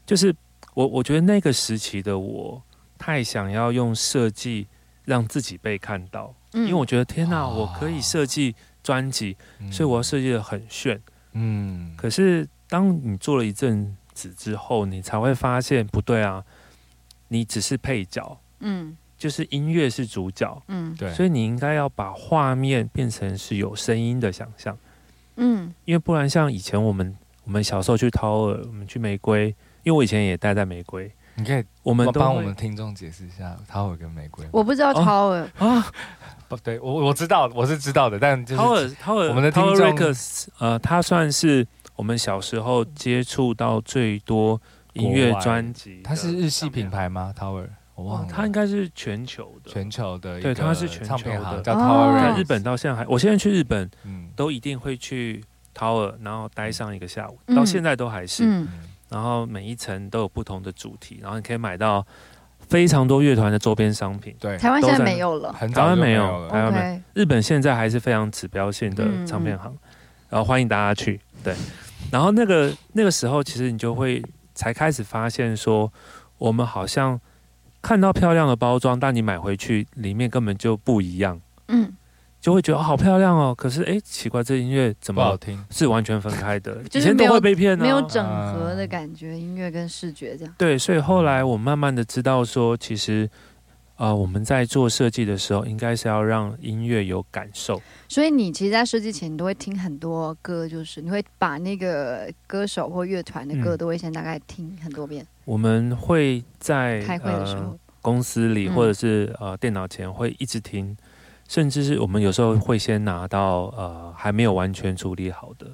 就是我我觉得那个时期的我太想要用设计让自己被看到，
嗯
因为我觉得天哪，
哦
我可以设计专辑，所以我要设计的很炫。
嗯，
可是当你做了一阵子之后，你才会发现不对啊，你只是配角，
嗯
就是音乐是主角，
嗯
对，
所以你应该要把画面变成是有声音的想象，
嗯
因为不然像以前我们我们小时候去掏耳，我们去玫瑰，因为我以前也待在玫瑰，
你可以
我们都
帮我
会
们听众解释一下掏耳跟玫瑰吗。
我不知道
哦
超尔、
啊，
不对，我我知道，我是知道的，但就是
掏耳掏耳，
我们的听
掏耳
众
Records，呃，它算是我们小时候接触到最多音
国
乐
外
专辑，
它是日系品。牌吗？Tower，我
哇
忘，了，
哦它应该是全球的，
全球的一
对
个
它是全
唱片
球
行
的
叫
哦
Tower，
在
Records
日本，到现在还，我现在去日本
嗯
都一定会去 Tower，然后待上一个下午，
嗯
到现在都还是。
嗯
嗯
然后每一层都有不同的主题，然后你可以买到非常多乐团的周边商品。
对，
台湾现在
都在
没有了。
很
台
早
湾
就
没
有
有，哦
了，
台湾没有。
OK，
日本现在还是非常指标性的
嗯
唱片行，然后欢迎大家去。对，然后那个那个时候，其实你就会才开始发现说，我们好像看到漂亮的包装，但你买回去里面根本就不一样，
嗯，
就会觉得、哦、好漂亮哦。可是哎，奇怪，这音乐怎
不好
么
听，
是完全分开的？
哦就是
以前
没
都
有
会被骗呢、啊
没有整合的感觉，音乐跟视觉这样。
对，所以后来我慢慢的知道说，其实。啊、我们在做设计的时候，应该是要让音乐有感受。
所以你其实，在设计前，你都会听很多歌，就是你会把那个歌手或乐团的歌
嗯
都会先大概听很多遍。
我们会在
开会的时
呃
候，
公司里
嗯
或者是呃电脑前会一直听，甚至是我们有时候会先拿到呃还没有完全处理好的。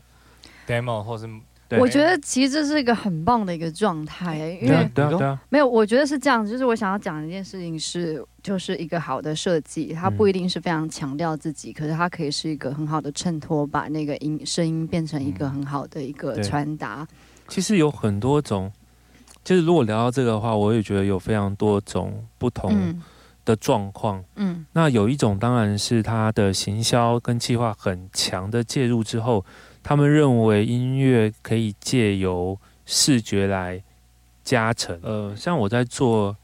demo 或是
对
我觉得其实这是一个很棒的一个状态，因为
对啊对啊
你说
对啊，
没有，我觉得是这样。就是我想要讲的一件事情是，就是一个好的设计，它
嗯
不一定是非常强调自己，可是它可以是一个很好的衬托，把那个音声音变成一个
嗯
很好的一个
对
传达。
其实有很多种，就是如果聊到这个的话，我也觉得有非常多种不同
嗯
的状况。
嗯
那有一种当然是它的行销跟计划很强的介入之后，他们认为音乐可以借由视觉来加成。
嗯
呃，像我在做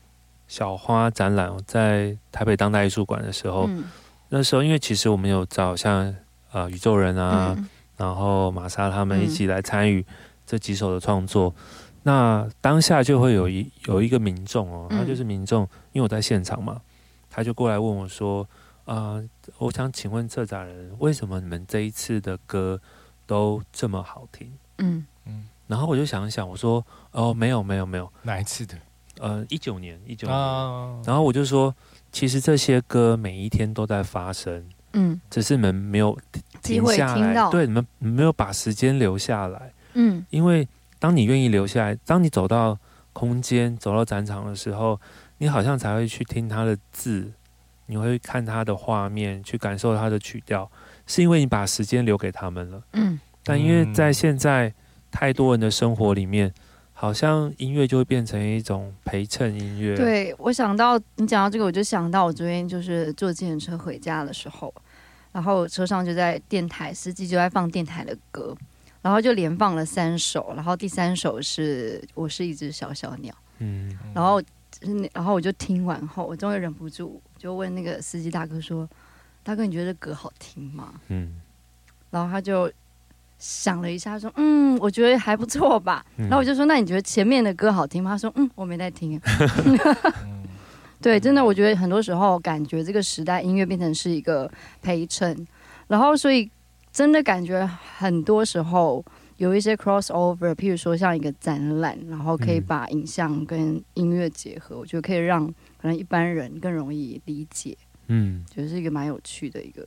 小花展览，我在台北当代艺术馆的时候，
嗯
那时候因为其实我们有找像呃宇宙人啊，
嗯
然后玛莎他们
嗯
一起来参与这几首的创作。那当下就会有一有一个民众哦，
嗯
他就是民众，因为我在现场嘛，他就过来问我说：“啊、我想请问策展人，为什么你们这一次的歌都这么好听
嗯？”
然后我就想一想，我说：“哦，没有没有没有，
哪一次的
呃，一九年一九年。
啊？
然后我就说，其实这些歌每一天都在发生，
嗯
只是你们没有停
机
停
会
下
听
来，
到
对，你们你们没有把时间留下来。
嗯
因为当你愿意留下来，当你走到空间、走到展场的时候，你好像才会去听它的字，你会看它的画面，去感受它的曲调，是因为你把时间留给他们了。
嗯
但因为
嗯
在现在太多人的生活里面，好像音乐就会变成一种陪衬音乐。，
对我想到你讲到这个，我就想到我昨天就是坐自行车回家的时候，然后车上就在电台，司机就在放电台的歌，然后就连放了三首，然后第三首是我是一只小小鸟，
嗯，
然后就是那然后我就听完后，我终于忍不住就问那个司机大哥说：“大哥，你觉得这歌好听吗
嗯，？”
然后他就。想了一下，说：“嗯，我觉得还不错吧。
嗯
然后我就说：“那你觉得前面的歌好听吗？”他说：“嗯，我没在听。”
嗯
对，真的，我觉得很多时候感觉这个时代音乐变成是一个陪衬，然后所以真的感觉很多时候有一些 crossover，譬如说像一个展览，然后可以
嗯
把影像跟音乐结合，我觉得可以让可能一般人更容易理解，
嗯，
觉得是一个蛮有趣的一个。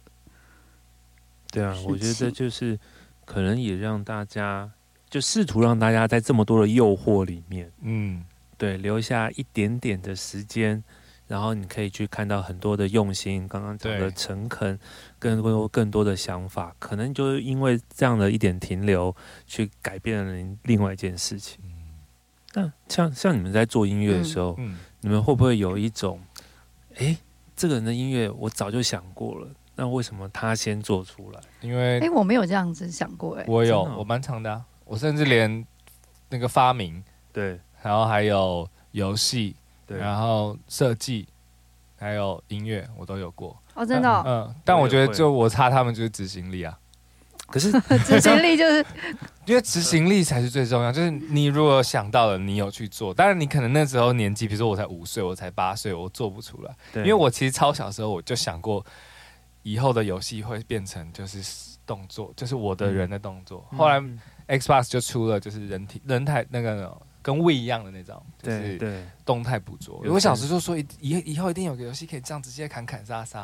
对啊
事，
我觉得这
情
就是可能也让大家就试图让大家在这么多的诱惑里面。
嗯，
对，留下一点点的时间，然后你可以去看到很多的用心，刚刚讲的
对
诚恳，更多更多的想法，可能就是因为这样的一点停留，去改变了您另外一件事情。但像像你们在做音乐的时候，
嗯
你们会不会有一种，诶，这个人的音乐我早就想过了，那为什么他先做出来？
因
哎、
为
我没有这样子想过、哎诶，
我有
真的哦
我蛮长的啊，我甚至连那个发明，
对
然后还有游戏，
对，
然后设计，还有音乐，我都有过。
哦，真的哦、
嗯，但我觉
我也
得
会
就我差他们就是执行力啊，
可是
执行力就是
因为执行力才是最重要。就是你如果想到了，你有去做。当然，你可能那时候年纪，比如说我才五岁，我才八岁，我做不出来。
因
因为我其实超小时候我就想过，以后的游戏会变成就是动作，就是我的人的动作。
嗯
后来 Xbox 就出了就是人体人体那个跟胃一样的那种，就
对
是
对
动态捕捉。
有
我小时候就说以以以后一定有个游戏可以这样直接砍砍杀杀，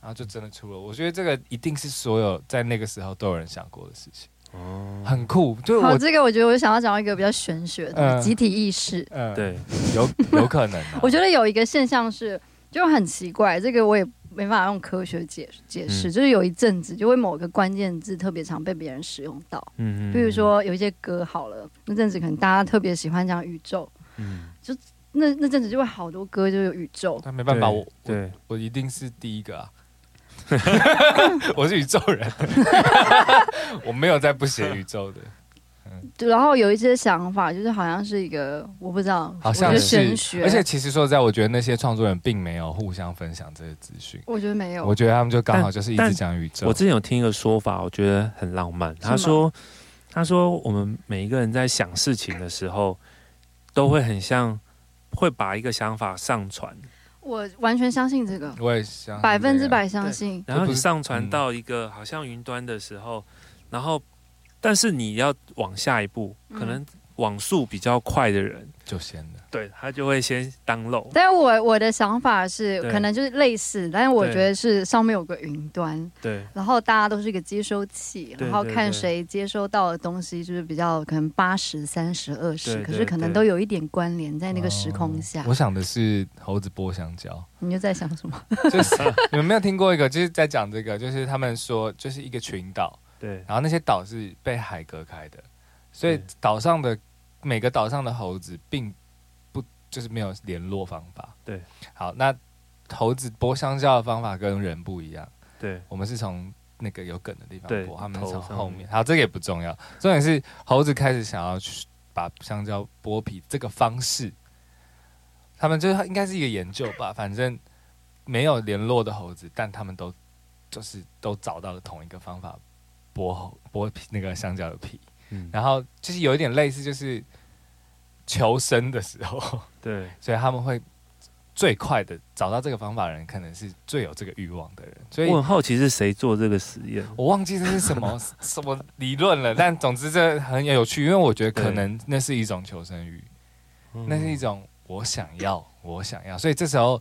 然后就真的出了。我觉得这个一定是所有在那个时候都有人想过的事情，
哦，
很酷。就是
好。
我
这个我觉得我想要讲到一个比较玄学的
嗯
集体意识。
嗯，
对，
有有可能啊、
我觉得有一个现象是，就很奇怪，这个我也没办法用科学解解释，
嗯
就是有一阵子就会某个关键字特别常被别人使用到，
嗯嗯
比如，说有一些歌好了，那阵子可能大家特别喜欢讲宇宙，
嗯，
那那阵子就会好多歌就有宇宙，
但没办法，
对
我我
对，
我一定是第一个啊！ 我是宇宙人， 我没有在不写宇宙的，嗯
就然后有一些想法就是好像是一个我不知道，
好
我觉
像
得
是
玄。学，
而且其实说实在，我觉得那些创作人并没有互相分享这些资讯，
我觉得没有，
我觉得他们就刚好就是一直
但
讲宇宙。
我之前有听一个说法，我觉得很浪漫。他说，他说我们每一个人在想事情的时候，都会很像会把一个想法上传，
我完全相信这个，
我也想
百分之百相信。
然后
不
你
是
上传到一个好像云端的时候，然后但是你要往下一步，
嗯
可能网速比较快的人，
啊就先的，
对他就会先 download。
但我我的想法是，
对
可能就是类似，但是我
对
觉得是上面有个云端，
对
然后大家都是一个接收器，
对
然后
对
看
对
谁接收到的东西就是比较可能八十、三十、二十，
对
可
对
是可能
对
都有一点关联在那个时空下
哦。我想的是猴子剥香蕉，
你又在想什么？
就是 你们没有听过一个，就是在讲这个，就是他们说就是一个群岛，
对
然后那些岛是被海隔开的，所以
对
岛上的每个岛上的猴子并不就是没有联络方法。
对，
好，那猴子剥香蕉的方法跟人不一样，
对
我们是从那个有梗的地方
对
剥，他们
头
是从
上
后
面
面。好，这个也不重要，重点是猴子开始想要去把香蕉剥皮这个方式，他们就是应该是一个研究 吧，反正没有联络的猴子，但他们都就是都找到了同一个方法剥猴剥皮那个香蕉的皮，
嗯
然后就是有一点类似就是求生的时候，
对
所以他们会。最快的找到这个方法的人，可能是最有这个欲望的人，所以
我很好奇是谁做这个实验。
我忘记这是什么什么理论了，但总之这很有趣，因为我觉得可能那是一种求生欲，
嗯
那是一种我想要，我想要。所以这时候，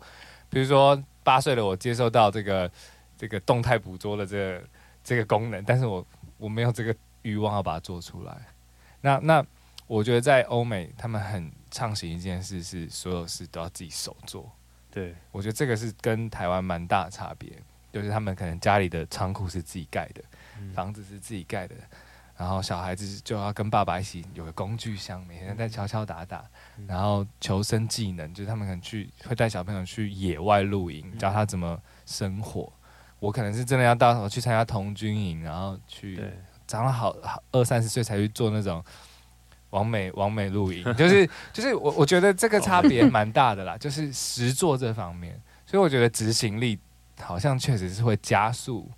比如说八岁了，我接收到这个这个动态捕捉的这个这个功能，但是我我没有这个欲望要把它做出来。那那我觉得在欧美，他们很畅行一件事是所有事都要自己手做，
对
我觉得这个是跟台湾蛮大的差别，就是他们可能家里的仓库是自己盖的，
嗯
房子是自己盖的，然后小孩子就要跟爸爸一起有个工具箱，每天在敲敲打打，
嗯
然后求生技能就是他们可能去会带小朋友去野外露
嗯
营，教他怎么生火。我可能是真的要到时候去参加童军营，然后去
对
长了好好二三十岁才去做那种完美完美露营， 就是就是我我觉得这个差别蛮大 的啦，就是实做这方面，所以我觉得执行力好像确实是会加速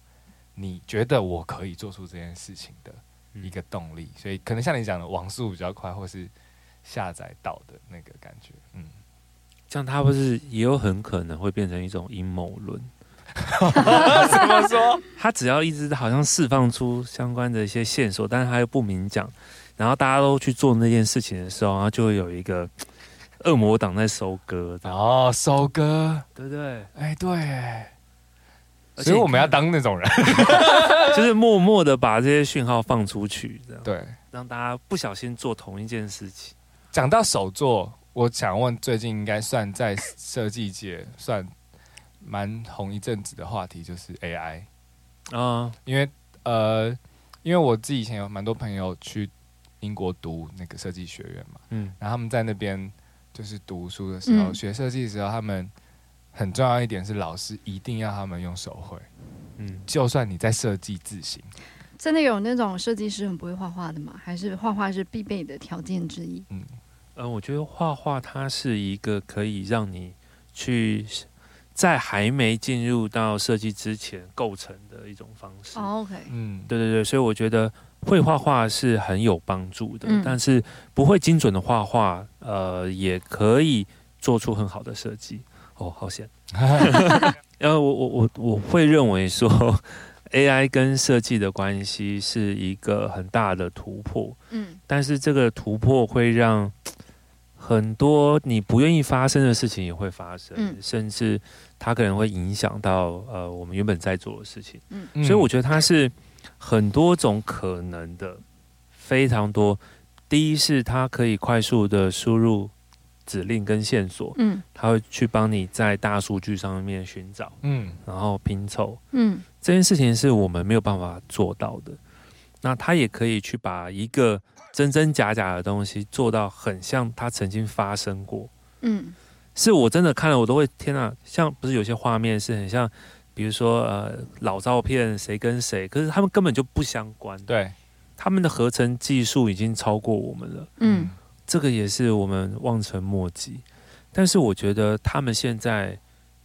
你觉得我可以做出这件事情的一个动力，所以可能像你讲的网速比较快，或是下载到的那个感觉，嗯，
这样他不是也有很可能会变成一种阴谋 论？
怎么说？
他只要一直好像释放出相关的一些线索，但是他又不明讲，然后大家都去做那件事情的时候，然后就会有一个嘖恶魔党在收割，
然后哦收割，
对不对？
哎，对耶，
而且
所以我们要
你看
当那种人，
就是默默的把这些讯号放出去，这样
对。
让大家不小心做同一件事情。
讲到手作，我想问，最近应该算在设计界算蛮红一阵子的话题，就是 AI，
啊、
因为呃，因为我自己以前有蛮多朋友去英国读那个设计学院嘛，
嗯，
然后他们在那边就是读书的时候、
嗯
学设计的时候，他们很重要一点是老师一定要他们用手绘，
嗯
就算你在设计字形，
真的有那种设计师很不会画画的吗？还是画画是必备的条件之一？
呃，我觉得画画它是一个可以让你去在还没进入到设计之前构成的一种方式。
哦，OK，
嗯，
对对对，所以我觉得会画画是很有帮助的，
嗯
但是不会精准的画画，呃，也可以做出很好的设计。哦，好险！呃，我我我我会认为说 ，AI 跟设计的关系是一个很大的突破，
嗯
但是这个突破会让很多你不愿意发生的事情也会发生，
嗯
甚至它可能会影响到呃我们原本在做的事情。
嗯
所以我觉得它是很多种可能的，非常多。第一是它可以快速的输入指令跟线索，
嗯
它会去帮你在大数据上面寻找，
嗯
然后拼凑
嗯
这件事情是我们没有办法做到的。那它也可以去把一个真真假假的东西做到很像它曾经发生过，
嗯
是我真的看了我都会天啊，像不是有些画面是很像，比如说呃老照片谁跟谁，可是他们根本就不相关，
对，
他们的合成技术已经超过我们了，
嗯，
这个也是我们望尘莫及。但是我觉得他们现在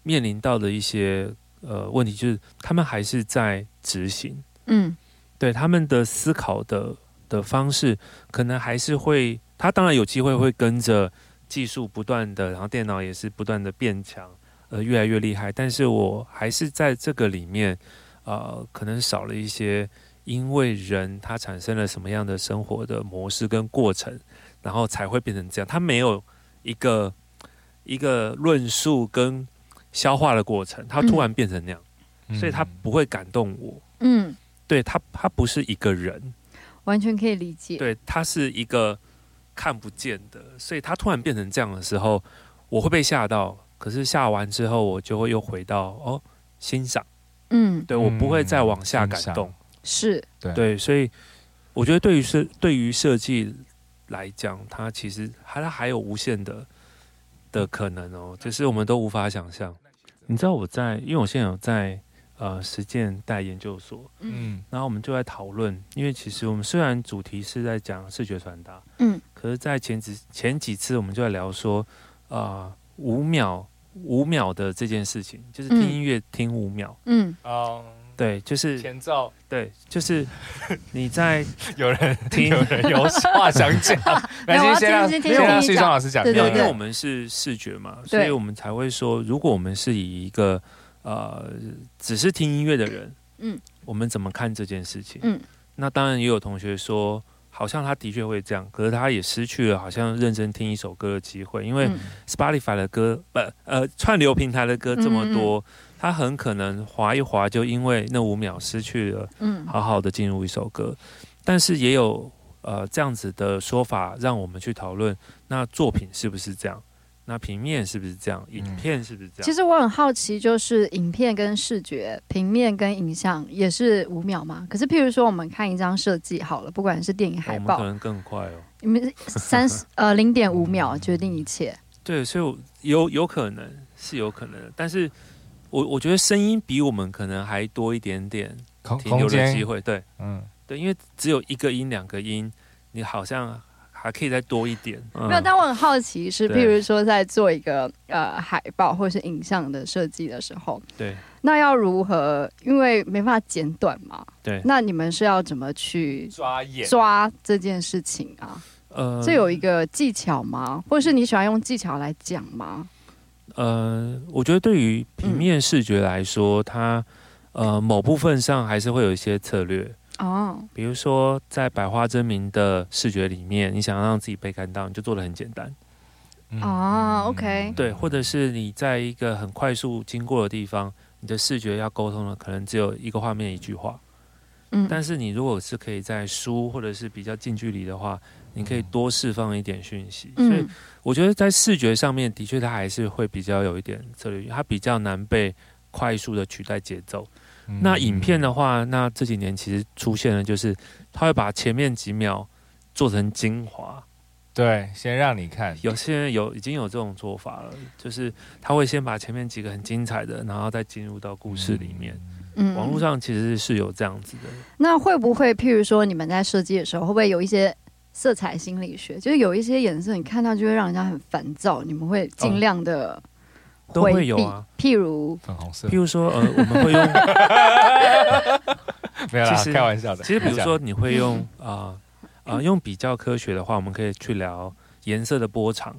面临到的一些呃问题，就是他们还是在执行，
嗯
对他们的思考的的方式，可能还是会，他当然有机会会跟着技术不断的，然后电脑也是不断的变强，呃，越来越厉害。但是我还是在这个里面，呃，可能少了一些，因为人他产生了什么样的生活的模式跟过程，然后才会变成这样。他没有一个一个论述跟消化的过程，他突然变成那样，所以他不会感动我。
嗯
对他，他不是一个人，
完全可以理解。
对他是一个看不见的，所以他突然变成这样的时候，我会被吓到。可是吓完之后，我就会又回到哦欣赏，
嗯，
对我不会再往下
嗯
感
欣赏
动。
是，
对，所以我觉得对于设对于设计来讲，它其实还它还有无限的的可能哦，就是我们都无法想象。你知道我在，因为我现在有在呃实践带研究所，
嗯
然后我们就在讨论，因为其实我们虽然主题是在讲视觉传达，
嗯，
可是，在前几前几次我们就在聊说，啊、五秒五秒的这件事情，就是听
嗯
音乐、听五秒，
嗯
哦，
对，就是
前兆
对，就是你在
有人
听
有人有话想 讲，
没有我
来
要
先让
听听
先
听
让
你
旭
讲
庄老师讲，
对
没有，
对
因为
对
我们是视觉嘛，所以
对
我们才会说，如果我们是以一个呃只是听音乐的人，
嗯，
我们怎么看这件事情？
嗯，
那当然也有同学说，好像他的确会这样，可是他也失去了好像认真听一首歌的机会，因为
嗯
Spotify 的歌不呃串流平台的歌这
嗯
么多，他很可能滑一滑就因为那五秒失去了
嗯
好好的进入一首歌。但是也有呃这样子的说法，让我们去讨论那作品是不是这样，那平面是不是这样，
嗯
影片是不是这样？
其实我很好奇，就是影片跟视觉、平面跟影像也是五秒嘛。可是，譬如说我们看一张设计好了，不管是电影
哦
海
我们可
报，
能更快哦。
你们三 十呃零点五秒决定一切。
对，所以我有有可能是有可能的，但是我我觉得声音比我们可能还多一点点
空
停留
空
的机
间，
会。对
嗯，
对，因为只有一个音两个音，你好像还可以再多一点。嗯
没有，但我很好奇是，譬
对
如说在做一个呃海报或是影像的设计的时候，
对
那要如何？因为没办法剪短嘛。
对，
那你们是要怎么去
抓眼
抓这件事情啊？
呃
这有一个技巧吗？或者是你喜欢用技巧来讲吗？
呃，我觉得对于
嗯
平面视觉来说，它呃某部分上还是会有一些策略，
哦，
比如说在百花争鸣的视觉里面，你想让自己被看到，你就做的很简单，
嗯
嗯
哦，OK
对，或者是你在一个很快速经过的地方，你的视觉要沟通的可能只有一个画面一句话，
嗯，
但是你如果是可以在书或者是比较近距离的话，你可以多释放一点讯息，所以
嗯
我觉得在视觉上面，的确它还是会比较有一点策略，它比较难被快速的取代节奏。
嗯
那影片的话，那这几年其实出现的就是它会把前面几秒做成精华。
对，先让你看，
有些人有已经有这种做法了，就是他会先把前面几个很精彩的，然后再进入到故事里面。
嗯
网络上其实是有这样子的，
那会不会，譬如说你们在设计的时候，会不会有一些色彩心理学？就是有一些颜色，你看到就会让人家很烦躁，你们会尽量的
哦都
回
会有
避
啊。
譬如
粉红色
譬，如说，呃，我们会用，
没有啦，
其实
开玩笑的。
其实比如
这样
说你会用啊啊、呃用比较科学的话，我们可以去聊颜色的波长。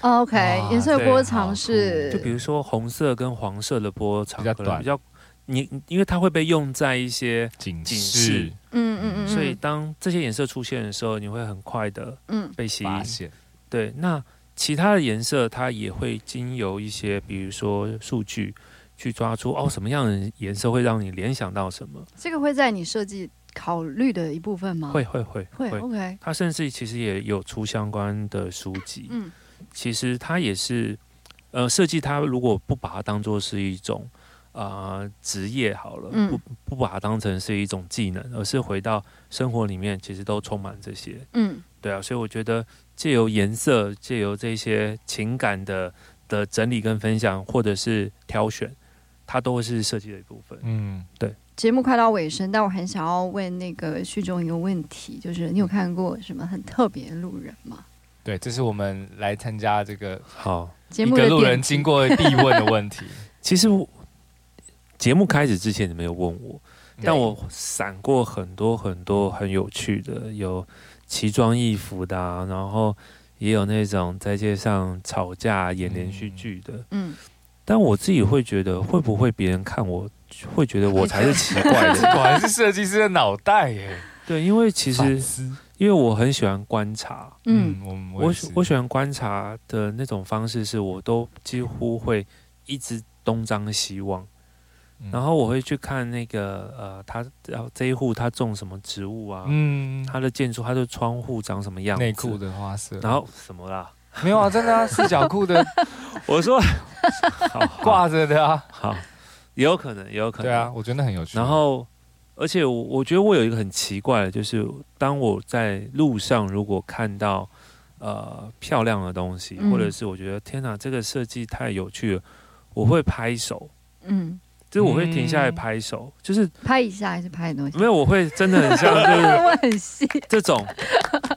哦 OK，
哇
颜色
对
波
好
长
酷
就
对
比
是
如说红色跟黄色的波长
比较
可能
短
比较你因为它会被用在一些，
警
警
示
示
嗯嗯嗯，
所以当这些颜色出现的时候，你会很快的
嗯
被吸
发
引。
现，
对，那其他的颜色它也会经由一些，比如说数据去抓出哦，什么样的颜色会让你联想到什么？
这个会在你设计考虑的一部分吗？
会会会
嗯会哦 OK，
它甚至其实也有出相关的书籍。
嗯
其实它也是，呃，设计它如果不把它当做是一种啊、呃职业好了，
嗯
不不把它当成是一种技能，而是回到生活里面，其实都充满这些。
嗯，
对啊，所以我觉得借由颜色，借由这些情感的的整理跟分享，或者是挑选，它都会是设计的一部分。
嗯，
节目快到尾声，但我很想要问那个序中一个问题，就是你有看过什么很特别的路人吗？
对，这是我们来参加这个
好，
节
一
目
个
的
路
点
人经过必问的 问题。
其实我节目开始之前你没有问我，
对
但我闪过很多很多很有趣的，有奇装异服的啊、然后也有那种在街上吵架演连续剧的。
嗯，
但我自己会觉得，会不会别人看我会觉得我才是奇怪
这
的？
果然是设计师的脑袋耶，
对，因为其实
反思
因为我很喜欢观察，
嗯，
我们
我
我
喜我喜欢观察的那种方式是，我都几乎会一直东张西望，
嗯
然后我会去看那个呃，他呃这一户他种什么植物啊，
嗯，
他的建筑，他的窗户长什么样子，
内裤的花色，
然后什么啦？
没有啊，真的啊，四角裤的
我说 好好
挂着的啊，
好，也有可能，也有可 能。
对啊，我觉得很有趣。
然后，而且我我觉得我有一个很奇怪的，就是当我在路上如果看到呃漂亮的东西，
嗯
或者是我觉得天哪，这个设计太有趣了，我会拍手，
嗯，
就是我会停下来
嗯
拍手，就是
拍一下还是拍 很多下？
没有，我会真的很像就是
我很细，
这种，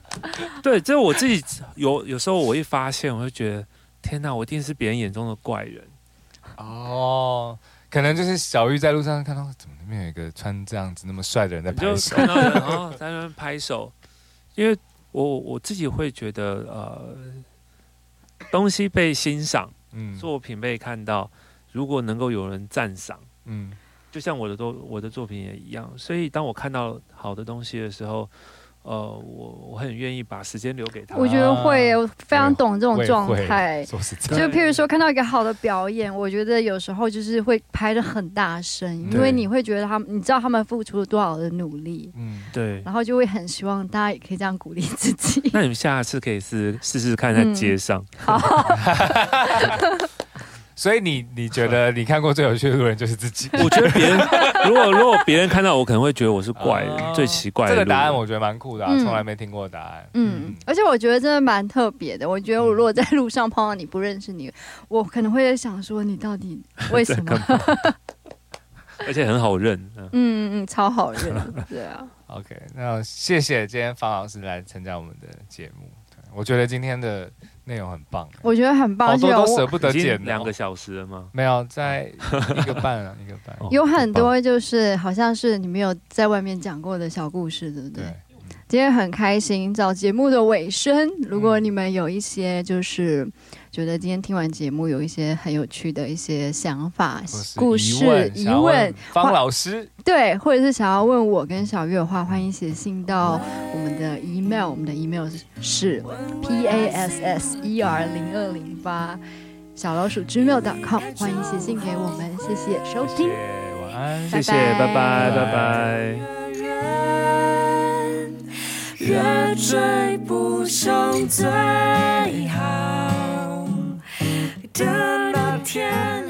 对，这我自己有有时候我一发现，我会觉得天哪，我一定是别人眼中的怪人。
哦，可能就是小玉在路上看到，怎么那边有一个穿这样子那么帅的人在
你就
拍手，
看到人哦在那边拍手，因为我我自己会觉得呃，东西被欣赏，
嗯
作品被看到，如果能够有人赞赏，
嗯
就像我的作我的作品也一样，所以当我看到好的东西的时候。呃，我我很愿意把时间留给他。
我觉得会耶，我非常懂这
我
种
也
状
啊会
态。
说实在
就
对
譬如说看到一个好的表演，我觉得有时候就是会拍的很大声，因
对
为你会觉得他们，你知道他们付出了多少的努力，
嗯，
对。
然后就会很希望大家也可以这样鼓励 自己。
那你们下次可以试试试看，在街上、
所以你你觉得你看过最有趣的路人就是自 己？
我觉得别人如果如果别人看到我，可能会觉得我是怪人，
哦
最奇怪的
这
路
个
人。
答案我觉得蛮酷的啊，
嗯
从来没听过的答案。
嗯，而且我觉得真的蛮特别的。我觉得我如果在路上碰到你不认识
嗯
你，我可能会在想说你到底 为什么？
而且很好认。嗯
嗯嗯嗯，超好认，对啊，
OK，那谢谢今天方老师来参加我们的节目，对我觉得今天的内容很棒，
我啊觉得很棒，
好
而且
多都
我
舍不得
已
剪
经
哦
两个小时了吗？
没有，在一个半啊了，一个半。
哦
有很
很
多就是好像是你没有在外面讲过的小故事，对不对？
对，
今天很开心，到节目的尾声，如果你们有一些就是觉得今天听完节目有一些很有趣的一些想法
或、是
故
疑
事
问、
疑
想要
问
问，方老师，
对，或者是想要问我跟小月的话，欢迎写信到我们的 email，我们的 email 是 p a s s e r 零二零八小老鼠 gmail.com，欢迎写信给我们，谢谢收
谢
听。
谢，晚安。
谢谢，
拜
拜拜，
拜
拜拜。
人越追不上最好的那天。